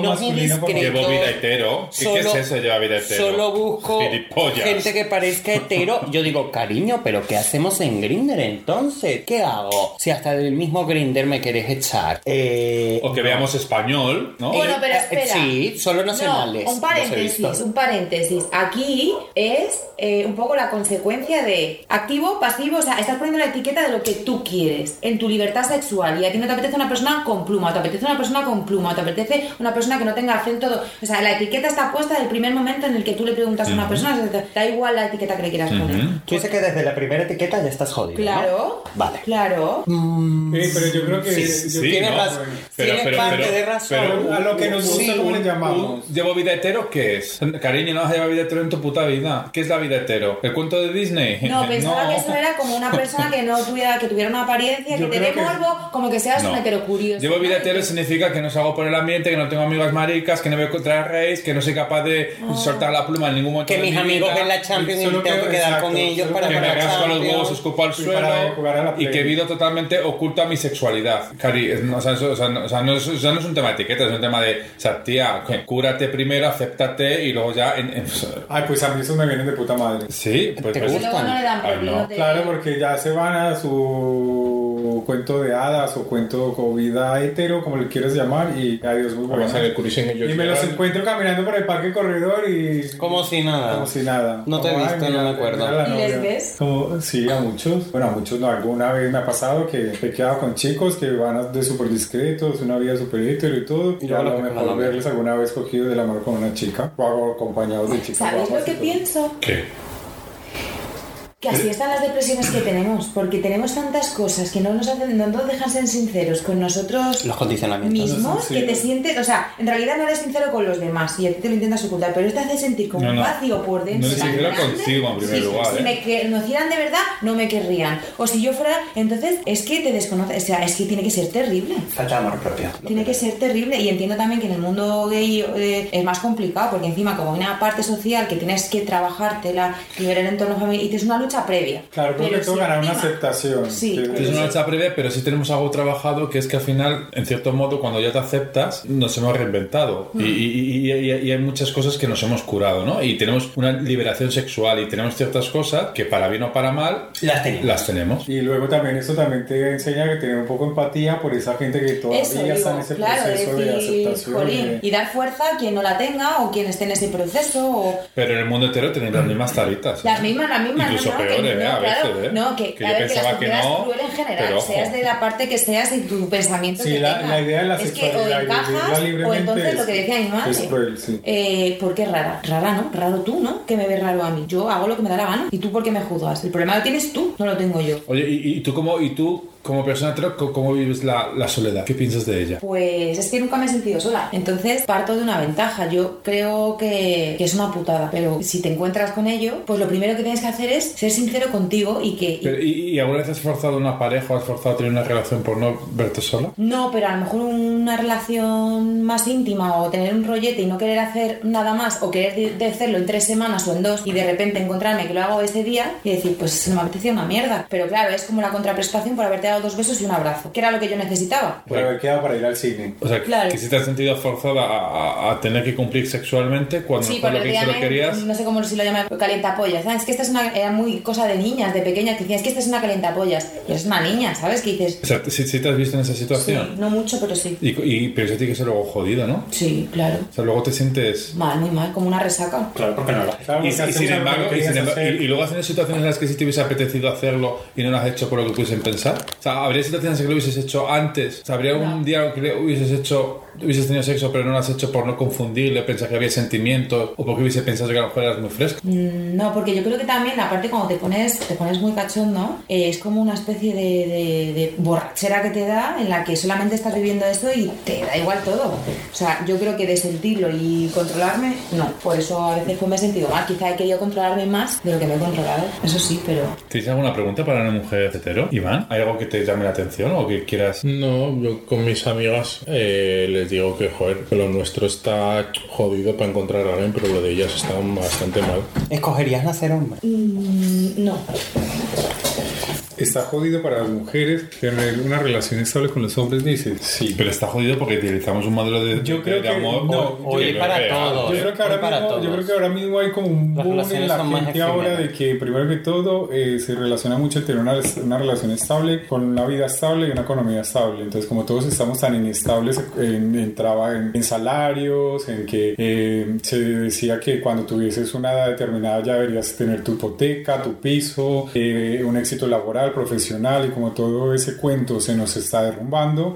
Speaker 2: masculinos y
Speaker 6: masculino porque
Speaker 2: discretos.
Speaker 3: Llevo vida hetero. ¿Qué, qué es eso de llevar vida hetero?
Speaker 2: Solo busco
Speaker 3: Gilipollas.
Speaker 2: gente que parezca hetero. Yo digo, cariño, pero ¿qué hacemos en Grinder entonces? ¿Qué hago? Si hasta del mismo Grinder me querés echar. Eh,
Speaker 3: O que
Speaker 2: no.
Speaker 3: veamos español, ¿no?
Speaker 2: Eh,
Speaker 1: Bueno, pero
Speaker 2: eh,
Speaker 1: espera.
Speaker 2: sí, solo nacionales,
Speaker 1: No, un
Speaker 2: los he
Speaker 1: paréntesis,
Speaker 2: visto.
Speaker 1: un paréntesis. Aquí es eh, un poco la consecuencia de activo, pasivo, o sea, estás poniendo la etiqueta de lo que tú quieres en tu libertad sexual y a ti no te apetece una persona con pluma, o te apetece una persona con pluma, o te apetece una persona que no tenga acento, do- o sea, la etiqueta está puesta del primer momento en el que tú le preguntas a una persona, o sea, da igual la etiqueta que le quieras poner.
Speaker 2: Tú dices que desde la primera etiqueta ya estás jodido. ¿no?
Speaker 1: Claro,
Speaker 2: Vale.
Speaker 1: claro.
Speaker 6: Eh, pero yo creo que. yo-
Speaker 3: sí,
Speaker 2: tienes
Speaker 3: ¿no?
Speaker 2: razón.
Speaker 3: Pero-
Speaker 2: tienes
Speaker 3: pero-
Speaker 2: parte
Speaker 3: pero-
Speaker 2: de razón.
Speaker 3: pero-
Speaker 6: a lo que nos gusta,
Speaker 3: Sí,
Speaker 6: ¿cómo
Speaker 3: un-
Speaker 6: le llamamos?
Speaker 3: un- ¿Llevo vida hetero qué es? Cariño, no has llevado vida hetero en tu puta vida. ¿Qué es la vida hetero? ¿El cuento de Disney?
Speaker 1: No, pensaba
Speaker 3: Eh, No.
Speaker 1: que eso era como una persona que no tuviera, que tuviera una apariencia,
Speaker 6: Yo
Speaker 1: que te
Speaker 6: creo
Speaker 1: dé
Speaker 6: que-
Speaker 1: morbo, como que seas
Speaker 3: No.
Speaker 1: un heterocurioso.
Speaker 3: Llevo vida
Speaker 1: Ay,
Speaker 3: hetero significa que no salgo por el ambiente, que no tengo amigas maricas, que no veo contra raíz, que no soy capaz de
Speaker 1: Oh.
Speaker 3: soltar la pluma en ningún momento.
Speaker 2: Que
Speaker 3: de
Speaker 2: mis
Speaker 3: mi
Speaker 2: amigos
Speaker 3: vida,
Speaker 2: ven la Champions y
Speaker 6: solo
Speaker 2: me tengo que
Speaker 6: que-
Speaker 2: quedar
Speaker 6: exacto,
Speaker 2: con ellos
Speaker 6: solo
Speaker 2: para
Speaker 3: que
Speaker 2: ver
Speaker 3: me
Speaker 2: la
Speaker 3: rasco los
Speaker 2: Champions.
Speaker 3: huevos, escupo al
Speaker 6: Y
Speaker 3: suelo
Speaker 6: para jugar a la
Speaker 3: y
Speaker 6: Play.
Speaker 3: que vivo totalmente oculta mi sexualidad. Cari, es- no, o sea, eso- o sea, no, o sea, no es, o sea, no es un tema de etiqueta, es un tema de, o sea, tía, que cúrate primero, acéptate y luego ya. en- en-
Speaker 6: Ay, pues a mí eso me vienen de puta madre.
Speaker 3: sí, pues,
Speaker 2: ¿Te
Speaker 3: pues-
Speaker 1: Y luego no le dan
Speaker 3: Ay,
Speaker 1: problemas
Speaker 3: no.
Speaker 1: de-
Speaker 6: Claro, porque ya se van a su cuento de hadas o cuento o vida hetero, como le quieras llamar, y adiós, muy
Speaker 4: Además, en el
Speaker 6: bueno.
Speaker 4: cruising ellos
Speaker 6: Y me los
Speaker 4: llegan-
Speaker 6: encuentro caminando por el parque corredor y.
Speaker 2: Como si nada.
Speaker 6: Como si nada.
Speaker 2: No te he
Speaker 6: Como,
Speaker 2: visto,
Speaker 6: mira,
Speaker 2: no me acuerdo.
Speaker 6: mira la
Speaker 1: ¿Y les
Speaker 6: novia.
Speaker 1: ves?
Speaker 6: Como, sí, a muchos. Bueno, a muchos no. Alguna vez me ha pasado que he quedado con chicos que van de súper discretos, una vida súper hetero y todo.
Speaker 2: Y
Speaker 6: Y,
Speaker 2: luego
Speaker 6: a
Speaker 2: la
Speaker 6: lo
Speaker 2: que con la
Speaker 6: mejor
Speaker 2: novia.
Speaker 6: verles alguna vez cogido de la mano con una chica o acompañados de chicos.
Speaker 1: ¿Sabes
Speaker 6: guapas
Speaker 1: lo
Speaker 6: y
Speaker 1: que
Speaker 6: todo.
Speaker 1: pienso?
Speaker 3: ¿Qué?
Speaker 1: Que así están las depresiones que tenemos, porque tenemos tantas cosas que no nos hacen, no nos dejan ser sinceros con nosotros
Speaker 2: Los condicionamientos.
Speaker 1: mismos, que te sientes, o sea, en realidad no eres sincero con los demás y a ti te lo intentas ocultar, pero esto te hace sentir como
Speaker 3: No,
Speaker 1: un
Speaker 3: no.
Speaker 1: vacío por dentro.
Speaker 3: No eres
Speaker 1: tan
Speaker 3: sincero
Speaker 1: grande.
Speaker 3: contigo, en primer lugar,
Speaker 1: Si
Speaker 3: ¿eh?
Speaker 1: me que- conocieran de verdad, no me querrían. O si yo fuera, entonces es que te desconoces, o sea, es que tiene que ser terrible.
Speaker 2: Falta de amor propio.
Speaker 1: Tiene que ser terrible y entiendo también que en el mundo gay eh, es más complicado porque encima como hay una parte social que tienes que trabajártela, liberar el entorno familiar y tienes una lucha previa.
Speaker 6: Claro, porque
Speaker 1: Pero
Speaker 6: tú
Speaker 1: si
Speaker 6: ganas una
Speaker 1: encima-
Speaker 6: aceptación.
Speaker 1: Sí.
Speaker 6: Que-
Speaker 3: Es una lucha previa, pero sí tenemos algo trabajado que es que al final, en cierto modo, cuando ya te aceptas, nos hemos reinventado.
Speaker 1: Mm.
Speaker 3: Y, y- y- y- y hay muchas cosas que nos hemos curado, ¿no? Y tenemos una liberación sexual y tenemos ciertas cosas que, para bien o para mal,
Speaker 2: Las tenemos.
Speaker 3: las tenemos.
Speaker 6: Y luego también eso también te enseña que tener un poco de empatía por esa gente que todavía
Speaker 1: Eso,
Speaker 6: está
Speaker 1: digo,
Speaker 6: en ese
Speaker 1: claro,
Speaker 6: proceso de
Speaker 1: decir,
Speaker 6: aceptación.
Speaker 1: jolín,
Speaker 6: y
Speaker 1: y
Speaker 6: de-
Speaker 1: dar fuerza a quien no la tenga o quien esté en ese proceso o
Speaker 3: Pero en el mundo entero tenemos las mismas taritas.
Speaker 1: Mm. las mismas, las mismas.
Speaker 3: Incluso
Speaker 1: no, no, que
Speaker 3: peores,
Speaker 1: no,
Speaker 3: ¿eh? A
Speaker 1: claro,
Speaker 3: veces, ¿eh?
Speaker 1: No, que,
Speaker 3: Que
Speaker 1: a
Speaker 3: yo
Speaker 1: ver, que la
Speaker 3: pensaba que
Speaker 1: sociedad es
Speaker 3: no,
Speaker 1: cruel en
Speaker 3: pero
Speaker 1: general,
Speaker 3: ojo.
Speaker 1: seas de la parte que seas y tu pensamiento
Speaker 6: Sí,
Speaker 1: que
Speaker 6: la,
Speaker 1: tengas.
Speaker 6: la idea de la
Speaker 1: es que o
Speaker 6: sexualidad y vivirla
Speaker 1: encajas o
Speaker 6: libremente
Speaker 1: entonces
Speaker 6: es-
Speaker 1: lo que decía mi madre.
Speaker 6: es cruel, sí.
Speaker 1: Eh, ¿Por qué rara? Rara, ¿no? Raro tú, ¿no? Que me ves raro a mí. Yo hago lo que me da la gana. ¿Y tú por qué me juzgas? El problema lo tienes tú, no lo tengo yo.
Speaker 3: Oye, ¿y, y tú como, y tú, como persona hetero, co- cómo vives la, la soledad? ¿Qué piensas de ella?
Speaker 1: Pues es que nunca me he sentido sola. Entonces parto de una ventaja. Yo creo que, que es una putada. Pero si te encuentras con ello, pues lo primero que tienes que hacer es ser sincero contigo y que... y-
Speaker 3: Pero, ¿y, y alguna vez has forzado una pareja o has forzado a tener una relación por no verte sola?
Speaker 1: No, pero a lo mejor una relación más íntima o tener un rollete y no querer hacer nada más o querer de- de hacerlo en tres semanas o en dos y de repente encontrarme que lo hago ese día y decir, pues no me apetecía una mierda. Pero claro, es como la contraprestación por haberte dado dos besos y un abrazo, que era lo que yo necesitaba.
Speaker 6: Por haber quedado para ir al cine.
Speaker 3: O sea,
Speaker 1: Claro.
Speaker 3: que si te has sentido forzada a, a- a tener que cumplir sexualmente cuando
Speaker 1: Sí,
Speaker 3: con
Speaker 1: porque
Speaker 3: lo que solo
Speaker 1: me-
Speaker 3: querías.
Speaker 1: no sé cómo si lo llaman, calientapollas. Ah, es que esta es una, era muy cosa de niñas, de pequeñas, que decían, es que esta es una calientapollas. Y eres una niña, ¿sabes? Que dices,
Speaker 3: O sea, si, te has visto en esa
Speaker 1: sí,
Speaker 3: situación.
Speaker 1: no mucho, pero sí.
Speaker 3: Y, y- pero eso tiene que ser luego jodido, ¿no?
Speaker 1: Sí, claro.
Speaker 3: O sea, luego te sientes.
Speaker 1: Mal, muy mal, como una resaca.
Speaker 2: Claro, porque no lo
Speaker 6: Claro,
Speaker 3: Y, y
Speaker 6: porque haces
Speaker 3: sin
Speaker 6: algo
Speaker 3: embargo,
Speaker 6: que
Speaker 3: y, sin
Speaker 6: querías
Speaker 3: embargo-
Speaker 6: hacer.
Speaker 3: y- y luego has tenido situaciones en las que sí te hubiese apetecido hacerlo y no lo has hecho por lo que pudiesen pensar. O sea, habría situaciones en las que lo hubieses hecho antes. O sea, habría un día que hubieses hecho, hubieses tenido sexo, pero no lo has hecho por no confundirle, pensar que había sentimientos o porque hubiese pensado que a lo mejor eras muy fresco.
Speaker 6: Mm.
Speaker 1: No, porque yo creo que también, aparte cuando te pones, te pones muy cachondo, eh, es como una especie de, de- de borrachera que te da en la que solamente estás viviendo esto y te da igual todo. O sea, yo creo que de sentirlo y controlarme, no. Por eso a veces pues me he sentido mal. Quizá he querido controlarme más de lo que me he controlado. Eso sí, pero
Speaker 3: ¿Tienes alguna pregunta para una mujer hetero, Iván? ¿Hay algo que te llame la atención o que quieras...?
Speaker 4: No, yo con mis amigas eh, les digo que, joder, que lo nuestro está jodido para encontrar a alguien, pero lo de ellas está bastante mal.
Speaker 2: ¿Escogerías nacer hombre?
Speaker 1: mm, no.
Speaker 6: Está jodido para las mujeres tener una relación estable con los hombres, dice. Sí.
Speaker 3: Pero está jodido porque utilizamos un modelo de,
Speaker 6: Yo
Speaker 3: de-
Speaker 6: creo
Speaker 3: de
Speaker 6: que-
Speaker 3: amor...
Speaker 6: no,
Speaker 3: que
Speaker 6: hoy
Speaker 3: creo
Speaker 2: para
Speaker 3: que-
Speaker 6: Yo
Speaker 2: todo.
Speaker 6: creo, que ahora
Speaker 2: Hoy para
Speaker 6: mismo, yo
Speaker 2: todos.
Speaker 6: creo que ahora mismo hay como un
Speaker 2: Las
Speaker 6: boom en
Speaker 2: relaciones
Speaker 6: la
Speaker 2: son más
Speaker 6: gente ahora de
Speaker 2: efímeras.
Speaker 6: que primero que todo eh, se relaciona mucho tener una, una relación estable con una vida estable y una economía estable. Entonces como todos estamos tan inestables en, en, traba- en, en salarios, en que eh, se decía que cuando tuvieses una edad determinada ya deberías tener tu hipoteca, tu piso, eh, un éxito laboral, profesional y como todo ese cuento se nos está derrumbando,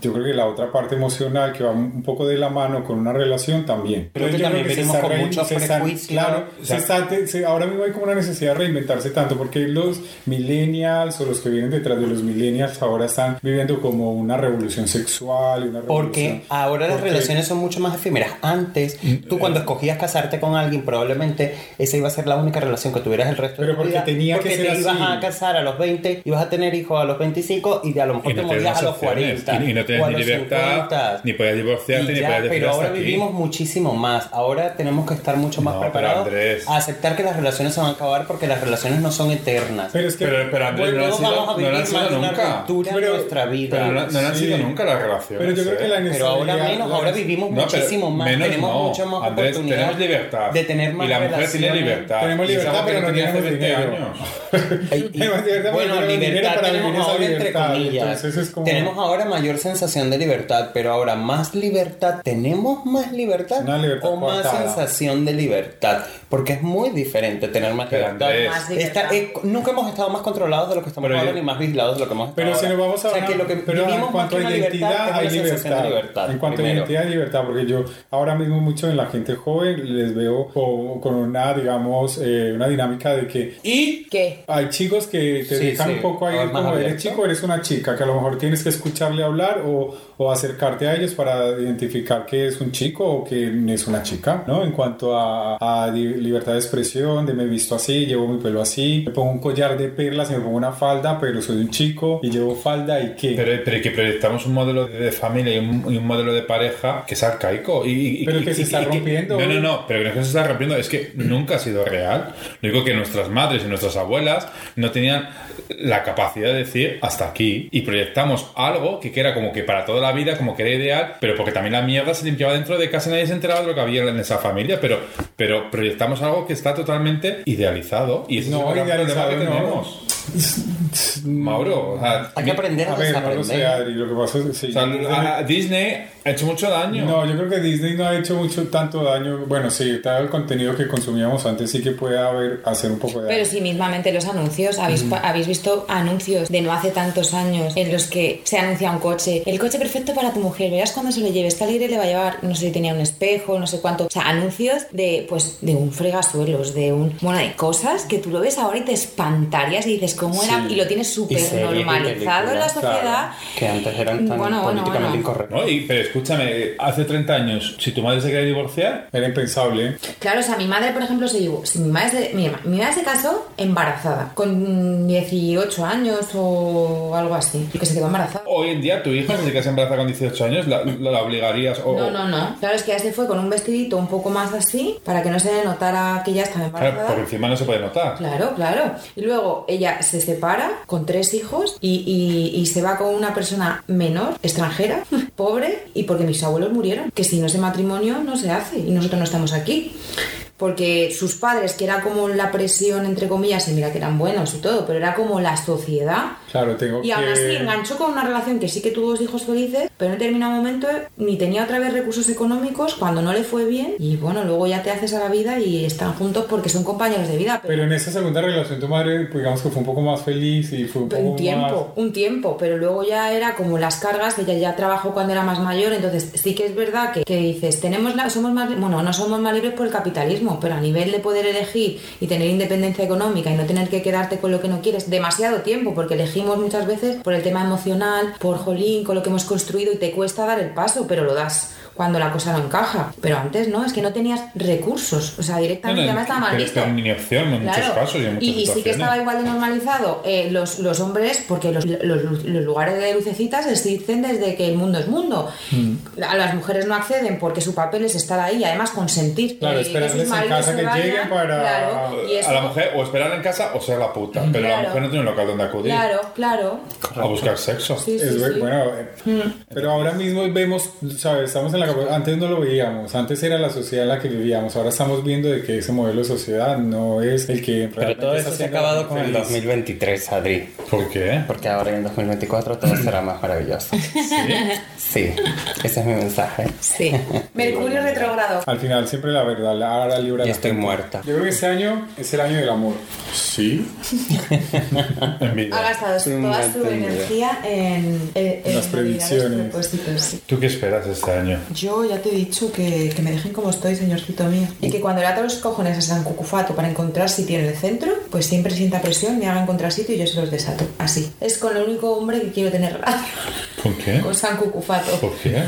Speaker 6: yo creo que la otra parte emocional que va un poco de la mano con una relación también.
Speaker 2: Creo que
Speaker 6: Entonces, yo
Speaker 2: también
Speaker 6: se
Speaker 2: venimos
Speaker 6: está
Speaker 2: con
Speaker 6: rein-
Speaker 2: mucho
Speaker 6: se están-
Speaker 2: prejuicio.
Speaker 6: Claro,
Speaker 2: O
Speaker 6: se
Speaker 2: sea-
Speaker 6: está- te- se- ahora mismo hay como una necesidad de reinventarse tanto porque los millennials o los que vienen detrás de los millennials ahora están viviendo como una revolución sexual. y Una
Speaker 2: Porque
Speaker 6: revolución-
Speaker 2: ahora las
Speaker 6: porque-
Speaker 2: relaciones son mucho más efímeras. Antes, tú cuando escogías casarte con alguien, probablemente esa iba a ser la única relación que tuvieras el resto
Speaker 6: Pero
Speaker 2: de tu
Speaker 6: porque
Speaker 2: vida.
Speaker 6: tenía que
Speaker 2: porque
Speaker 6: ser
Speaker 2: te ibas
Speaker 6: así.
Speaker 2: a casar a los 20, ibas a tener hijos a los 25 y a lo mejor
Speaker 3: Y
Speaker 2: te
Speaker 3: no
Speaker 2: morías
Speaker 3: tenías
Speaker 2: a los
Speaker 3: opciones,
Speaker 2: 40.
Speaker 3: Y, y no
Speaker 2: o a
Speaker 3: tenías ni
Speaker 2: los
Speaker 3: libertad,
Speaker 2: 50.
Speaker 3: ni podías divorciarte,
Speaker 2: Y
Speaker 3: ni
Speaker 2: ya,
Speaker 3: podías decir
Speaker 2: pero
Speaker 3: hasta
Speaker 2: ahora
Speaker 3: aquí.
Speaker 2: vivimos muchísimo más. Ahora tenemos que estar mucho más
Speaker 3: No, pero
Speaker 2: preparados
Speaker 3: Andrés.
Speaker 2: a aceptar que las relaciones se van a acabar porque las relaciones no son eternas.
Speaker 6: Pero es que...
Speaker 3: Pero, pero Andrés,
Speaker 2: Bueno,
Speaker 3: no han
Speaker 2: todos
Speaker 3: sido,
Speaker 2: vamos a
Speaker 3: no
Speaker 2: vivir
Speaker 3: han
Speaker 2: más
Speaker 3: sido
Speaker 2: de una
Speaker 3: nunca.
Speaker 2: ruptura en
Speaker 6: Pero-
Speaker 2: nuestra vida.
Speaker 3: Pero no, no han
Speaker 6: Sí.
Speaker 3: sido nunca las relaciones.
Speaker 6: Pero yo creo
Speaker 3: ¿eh?
Speaker 6: que la
Speaker 2: Pero ahora
Speaker 6: inestabilidad-
Speaker 2: menos,
Speaker 6: la-
Speaker 2: ahora vivimos
Speaker 3: No, pero
Speaker 2: muchísimo más,
Speaker 3: menos
Speaker 2: tenemos
Speaker 3: no.
Speaker 2: mucho más
Speaker 3: Andrés,
Speaker 2: oportunidad
Speaker 3: tenemos libertad.
Speaker 2: de tener más
Speaker 3: Y la mujer tiene
Speaker 2: relaciones.
Speaker 3: libertad.
Speaker 6: Tenemos
Speaker 3: Y es algo
Speaker 6: libertad,
Speaker 3: que
Speaker 6: pero
Speaker 3: no
Speaker 6: no
Speaker 3: tenía hace
Speaker 6: tenemos
Speaker 3: 20
Speaker 6: dinero.
Speaker 3: años.
Speaker 2: Ay, y-
Speaker 6: Tenemos libertad,
Speaker 2: bueno,
Speaker 6: pero tenemos
Speaker 2: libertad
Speaker 6: dinero para
Speaker 2: tenemos
Speaker 6: vivir esa
Speaker 2: ahora entre
Speaker 6: libertad,
Speaker 2: comillas.
Speaker 6: entonces es como-
Speaker 2: Tenemos ahora mayor sensación de libertad, pero ahora más libertad. ¿Tenemos más libertad,
Speaker 6: Una libertad
Speaker 2: o más
Speaker 6: coartada.
Speaker 2: sensación de libertad? Porque es muy diferente tener más
Speaker 3: Pero,
Speaker 2: libertad.
Speaker 3: Andrés.
Speaker 1: Más libertad.
Speaker 2: Estar- eh, nunca hemos estado más controlados de lo que estamos
Speaker 3: Pero
Speaker 2: ahora,
Speaker 3: yo-
Speaker 2: ni más vigilados de lo que hemos estado
Speaker 6: Pero si
Speaker 2: ahora.
Speaker 6: nos vamos a
Speaker 2: O sea,
Speaker 6: hablar-
Speaker 2: que lo que
Speaker 6: pero
Speaker 2: vivimos
Speaker 6: en
Speaker 2: más
Speaker 6: cuanto
Speaker 2: que
Speaker 6: a
Speaker 2: una
Speaker 6: identidad,
Speaker 2: libertad
Speaker 6: hay
Speaker 2: es una sensación
Speaker 6: libertad.
Speaker 2: de libertad.
Speaker 6: En cuanto
Speaker 2: primero.
Speaker 6: a identidad, hay libertad, porque yo ahora mismo mucho en la gente joven les veo con, con una, digamos, eh, una dinámica de que
Speaker 1: ¿Y qué?
Speaker 6: hay chicos que te
Speaker 2: Sí,
Speaker 6: dejan
Speaker 2: sí,
Speaker 6: un poco ahí
Speaker 2: ahora es más
Speaker 6: como eres
Speaker 2: abierto.
Speaker 6: chico, eres una chica, que a lo mejor tienes que escucharle hablar o, o acercarte a ellos para identificar que es un chico o que es una chica, ¿no? En cuanto a, a di- libertad de expresión, de me visto así, llevo mi pelo así, me pongo un collar de perlas y me pongo una falda, pero soy un chico y llevo falda y qué.
Speaker 3: Pero, pero que proyectamos un modelo de familia y un, y un modelo de pareja que es arcaico. Y, y-
Speaker 6: Pero
Speaker 3: y-
Speaker 6: que se
Speaker 3: y-
Speaker 6: está
Speaker 3: y
Speaker 6: rompiendo.
Speaker 3: No, no, no, pero no es que se está rompiendo, es que nunca ha sido real. Yo digo que nuestras madres y nuestras abuelas no tenían la capacidad de decir hasta aquí y proyectamos algo que era como que para toda la vida, como que era ideal, pero porque también la mierda se limpiaba dentro de casa y nadie se enteraba de lo que había en esa familia. Pero, pero proyectamos algo que está totalmente idealizado y ese
Speaker 6: No,
Speaker 3: es el gran problema
Speaker 6: idealizado
Speaker 3: que
Speaker 6: no.
Speaker 3: tenemos. Mauro, o sea,
Speaker 2: Hay que aprender a,
Speaker 6: a ver, no lo sé,
Speaker 2: desaprender.
Speaker 6: Adri, lo que pasa es que sí.
Speaker 3: o sea, a- a Disney ha hecho mucho daño.
Speaker 6: No, yo creo que Disney no ha hecho mucho tanto daño. Bueno, sí, tal el contenido que consumíamos antes sí que puede haber hacer un poco de daño.
Speaker 1: Pero sí, mismamente los anuncios. ¿Habéis, pa- habéis visto anuncios de no hace tantos años en los que se anuncia un coche? El coche perfecto para tu mujer. Verás cuando se lo lleves. Tal aire le va a llevar. No sé si tenía un espejo, no sé cuánto. O sea, anuncios de, pues, de un fregasuelos, de un. Bueno, de cosas que tú lo ves ahora y te espantarías y dices cómo era.
Speaker 2: Sí.
Speaker 1: Y lo tienes
Speaker 2: Y
Speaker 1: súper
Speaker 2: series y
Speaker 1: normalizado en la
Speaker 2: películas, claro,
Speaker 1: sociedad.
Speaker 2: Que antes eran tan
Speaker 1: Mm, Bueno, bueno,
Speaker 2: políticamente
Speaker 1: bueno.
Speaker 2: incorrectos.
Speaker 3: No, y- pero escúchame, hace 30 años, si tu madre se quería divorciar,
Speaker 6: Era impensable.
Speaker 1: Claro, o sea, mi madre, por ejemplo, se llevó. si mi, madre, se- mi, ma- mi madre se casó embarazada, con 18 años o algo así, que se quedó embarazada.
Speaker 3: hoy en día tu hija, si se queda embarazada con 18 años, la, la- la obligarías o...
Speaker 1: No, no, no. Claro, es que ya se fue con un vestidito un poco más así, para que no se le notara que ya estaba
Speaker 3: Claro,
Speaker 1: embarazada.
Speaker 3: por encima no se puede notar.
Speaker 1: Claro, claro. Y luego ella se separa con tres hijos y, y- y se va con una persona menor, extranjera, pobre, y porque mis abuelos murieron. Que si no es de matrimonio, no se hace. Y nosotros no estamos aquí. Porque sus padres, que era como la presión, entre comillas, y mira que eran buenos y todo, pero era como la sociedad.
Speaker 6: Claro, tengo
Speaker 1: Y
Speaker 6: que...
Speaker 1: aún así enganchó con una relación que sí que tuvo dos hijos felices, pero en determinado momento ni tenía otra vez recursos económicos cuando no le fue bien. Y bueno, luego ya te haces a la vida y están juntos porque son compañeros de vida.
Speaker 6: Pero en esa segunda relación tu madre, pues, digamos que fue un poco más feliz y fue un poco
Speaker 1: un tiempo, un tiempo, pero luego ya era como las cargas, ella ya trabajó cuando era más mayor, entonces sí que es verdad que, que dices, tenemos la, somos más, bueno, no somos más libres por el capitalismo, pero a nivel de poder elegir y tener independencia económica y no tener que quedarte con lo que no quieres demasiado tiempo, porque elegimos muchas veces por el tema emocional, por jolín, con lo que hemos construido y te cuesta dar el paso, pero lo das cuando la cosa no encaja. Pero antes no, es que no tenías recursos, o sea,
Speaker 3: No, no,
Speaker 1: directamente además estaba mal
Speaker 3: pero-
Speaker 1: visto.
Speaker 3: pero ni opción en muchos
Speaker 1: Claro.
Speaker 3: casos y en muchas
Speaker 1: y, y sí que
Speaker 3: situaciones.
Speaker 1: estaba igual de normalizado eh, los, los hombres, porque los, los- los lugares de lucecitas existen desde que el mundo es mundo.
Speaker 3: Mm.
Speaker 1: A las mujeres no acceden porque su papel es estar ahí, además consentir.
Speaker 6: Claro,
Speaker 1: eh, que
Speaker 6: esperarles
Speaker 1: sus
Speaker 6: en
Speaker 1: maridos
Speaker 6: casa
Speaker 1: se
Speaker 6: que
Speaker 1: vayan,
Speaker 6: lleguen para-
Speaker 1: claro, y eso-
Speaker 3: A la mujer o esperar en casa o ser la puta. Pero
Speaker 1: Claro.
Speaker 3: la mujer no tiene un local donde acudir
Speaker 1: Claro, claro.
Speaker 3: a buscar sexo.
Speaker 1: Sí, sí,
Speaker 6: Es ver-
Speaker 1: sí. Mm.
Speaker 6: bueno, eh, pero ahora mismo vemos, ¿sabes? Estamos en la capa- antes no lo veíamos, antes era la sociedad en la que vivíamos, ahora estamos viendo de que ese modelo de sociedad no es el que
Speaker 2: Pero todo eso se ha acabado con el
Speaker 6: 2000
Speaker 2: 2023, Adri.
Speaker 3: ¿Por qué?
Speaker 2: Porque ahora en el 2024 todo será más maravilloso. Sí, ese es mi mensaje.
Speaker 1: Sí.
Speaker 9: Mercurio retrogrado.
Speaker 6: Al final siempre la verdad, la- ahora libra
Speaker 2: Y
Speaker 6: la
Speaker 2: estoy
Speaker 6: gente.
Speaker 2: muerta.
Speaker 6: Yo creo que este año es el año del amor.
Speaker 10: Sí.
Speaker 3: Envidia.
Speaker 9: Ha gastado su- toda su energía en, en- en
Speaker 6: Las
Speaker 9: validar los
Speaker 6: predicciones.
Speaker 9: propósitos, sí.
Speaker 3: ¿Tú qué esperas este año?
Speaker 9: Yo ya te he dicho que, que me dejen como estoy, señorcito mío. Y que cuando le ata los cojones a San Cucufato para encontrar sitio en el centro, pues siempre sienta presión, me haga encontrar sitio y yo se los desato. Así. Es con el único hombre que quiero tener relación.
Speaker 3: ¿Por
Speaker 2: ¿Eh?
Speaker 3: qué?
Speaker 1: Pues-
Speaker 9: Con San Cucufato.
Speaker 3: ¿Por qué?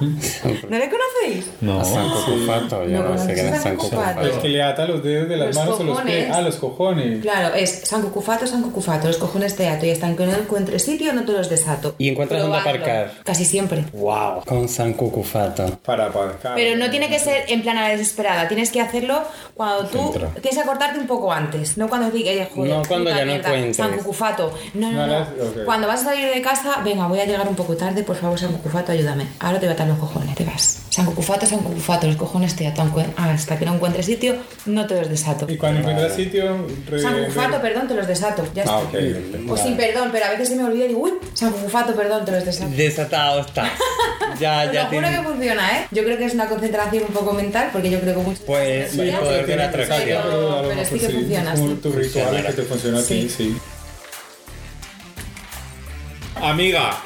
Speaker 9: ¿No le conocéis?
Speaker 3: No.
Speaker 2: A San Cucufato, yo
Speaker 1: No,
Speaker 2: no
Speaker 1: no,
Speaker 2: sé
Speaker 1: no,
Speaker 2: quién es
Speaker 9: San
Speaker 2: San
Speaker 9: Cucufato.
Speaker 2: Cucufato.
Speaker 6: El que le ata los dedos de las
Speaker 9: Los
Speaker 6: manos o los pies.
Speaker 9: cojones.
Speaker 6: Ah, los cojones.
Speaker 1: Claro, es San Cucufato, San Cucufato, los cojones te ato y hasta que no encuentres sitio no te los desato.
Speaker 2: Y encuentras dónde
Speaker 1: Probadlo.
Speaker 2: aparcar.
Speaker 1: Casi siempre.
Speaker 2: ¡Wow! Con San Cucufato.
Speaker 6: Para aparcar.
Speaker 1: Pero no tiene que ser en plan a la desesperada, tienes que hacerlo cuando tú
Speaker 3: Centra.
Speaker 1: tienes que acordarte un poco antes, no cuando digas, "Eh, joder,
Speaker 2: No, cuando
Speaker 1: puta
Speaker 2: ya no
Speaker 1: mierda,
Speaker 2: encuentres.
Speaker 1: San Cucufato. No, no,
Speaker 6: No,
Speaker 1: no.
Speaker 6: no, ok.
Speaker 1: Cuando vas a salir de casa, venga, voy a a llegar un poco tarde, por favor, San Cucufato, ayúdame. Ahora te voy a atar los cojones, te vas. San Cucufato, San Cucufato, los cojones te atan. cuen- ah, Hasta que no encuentres sitio, no te los desato.
Speaker 6: Y eh, cuando encuentras sitio, re-
Speaker 1: San Cucufato, perdón, te los desato. Ya está.
Speaker 4: Ah, ok, ok.
Speaker 1: O sin perdón, pero a veces se me olvida y digo, uy, San Cucufato, perdón, te los desato.
Speaker 2: Desatado estás. Ya,
Speaker 1: Os
Speaker 2: Ah, ya
Speaker 1: lo juro que funciona, ¿eh? Yo creo que es una concentración un poco mental, porque yo creo que muchas
Speaker 2: Pues,
Speaker 1: personas
Speaker 2: el poder de la
Speaker 1: pero-
Speaker 2: atracción.
Speaker 1: Pero,
Speaker 6: a lo
Speaker 1: sí que
Speaker 6: mejor
Speaker 1: funciona.
Speaker 6: Es como
Speaker 1: sí.
Speaker 6: tu ritual que te funciona a ti, sí.
Speaker 3: Amiga.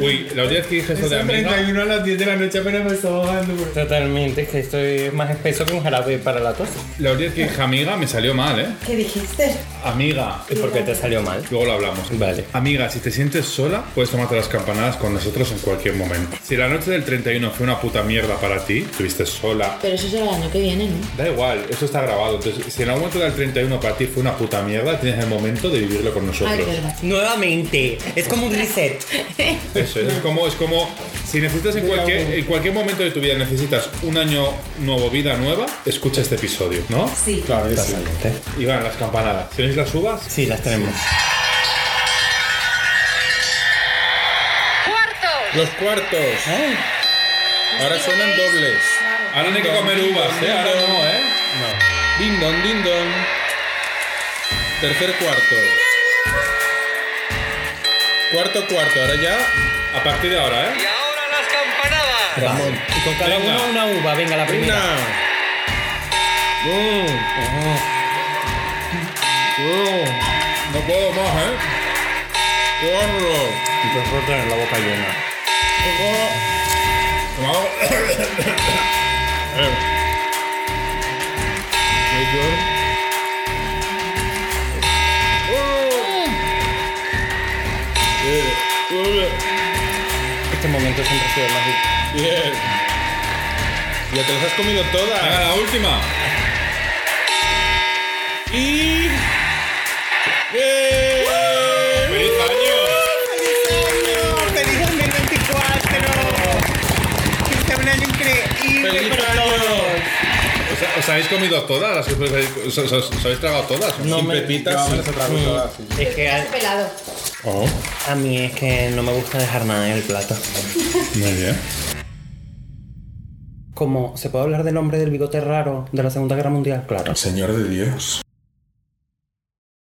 Speaker 3: Uy, la última vez que dije eso de amiga.
Speaker 6: a las 10 de la noche apenas me estaba bajando.
Speaker 2: Totalmente, es que estoy más espeso que un jarabe para la tos.
Speaker 3: La última vez que dije amiga me salió mal, ¿eh?
Speaker 1: ¿Qué dijiste?
Speaker 3: Amiga.
Speaker 2: ¿Y por qué te salió mal?
Speaker 3: Luego lo hablamos.
Speaker 2: Vale.
Speaker 3: Amiga, si te sientes sola, puedes tomarte las campanadas con nosotros en cualquier momento. Si la noche del 31 fue una puta mierda para ti, estuviste sola,
Speaker 1: Pero eso será el año que viene, ¿no?
Speaker 3: Da igual, eso está grabado. Entonces, si en algún momento del 31 para ti fue una puta mierda, tienes el momento de vivirlo con
Speaker 2: Pues
Speaker 1: Ay,
Speaker 3: nosotros.
Speaker 1: verdad.
Speaker 2: Nuevamente, es como un reset.
Speaker 3: Eso es, es como, es como si necesitas en cualquier, en cualquier momento de tu vida necesitas un año nuevo, vida nueva, escucha este episodio, ¿no?
Speaker 1: Sí.
Speaker 6: Claro, que sí.
Speaker 2: Totalmente.
Speaker 3: Y van las campanadas. ¿Tenéis las uvas?
Speaker 2: Sí, las tenemos.
Speaker 4: Los cuartos.
Speaker 2: Ay,
Speaker 4: Ahora suenan dobles.
Speaker 3: Ahora no hay que comer uvas, ¿eh? Ahora no, ¿eh?
Speaker 4: Ding dong, ding dong. Tercer cuarto. Cuarto cuarto. Ahora ya.
Speaker 3: A partir de ahora, ¿eh?
Speaker 2: vale. Y con cada
Speaker 3: Venga.
Speaker 2: uno una uva, venga la primera.
Speaker 4: Una. Mm.
Speaker 3: No puedo más, ¿eh?
Speaker 4: Cuatro.
Speaker 2: Prefiero tener la boca llena.
Speaker 3: Me hago-
Speaker 2: Este momento siempre ha sido el más difícil.
Speaker 4: Bien. Ya te las has comido
Speaker 3: Venga,
Speaker 4: todas.
Speaker 3: la última.
Speaker 4: Y. ¡Bien!
Speaker 3: ¡Feliz año!
Speaker 2: ¡Feliz 2024! ¡Que sea un año increíble
Speaker 4: ¡Feliz año!
Speaker 3: ¿Os, os habéis comido todas? ¿Las- os- os- os habéis tragado todas?
Speaker 2: No
Speaker 4: Sin
Speaker 2: me-
Speaker 4: pepitas.
Speaker 6: me
Speaker 4: sí.
Speaker 6: las atrago todas, sí.
Speaker 2: Es que a,
Speaker 1: Pelado.
Speaker 4: Oh,
Speaker 2: a mí es que no me gusta dejar nada en el plato.
Speaker 4: muy bien.
Speaker 2: Como, ¿se puede hablar del hombre del bigote raro de la Segunda Guerra Mundial? Claro.
Speaker 4: Señor de Dios.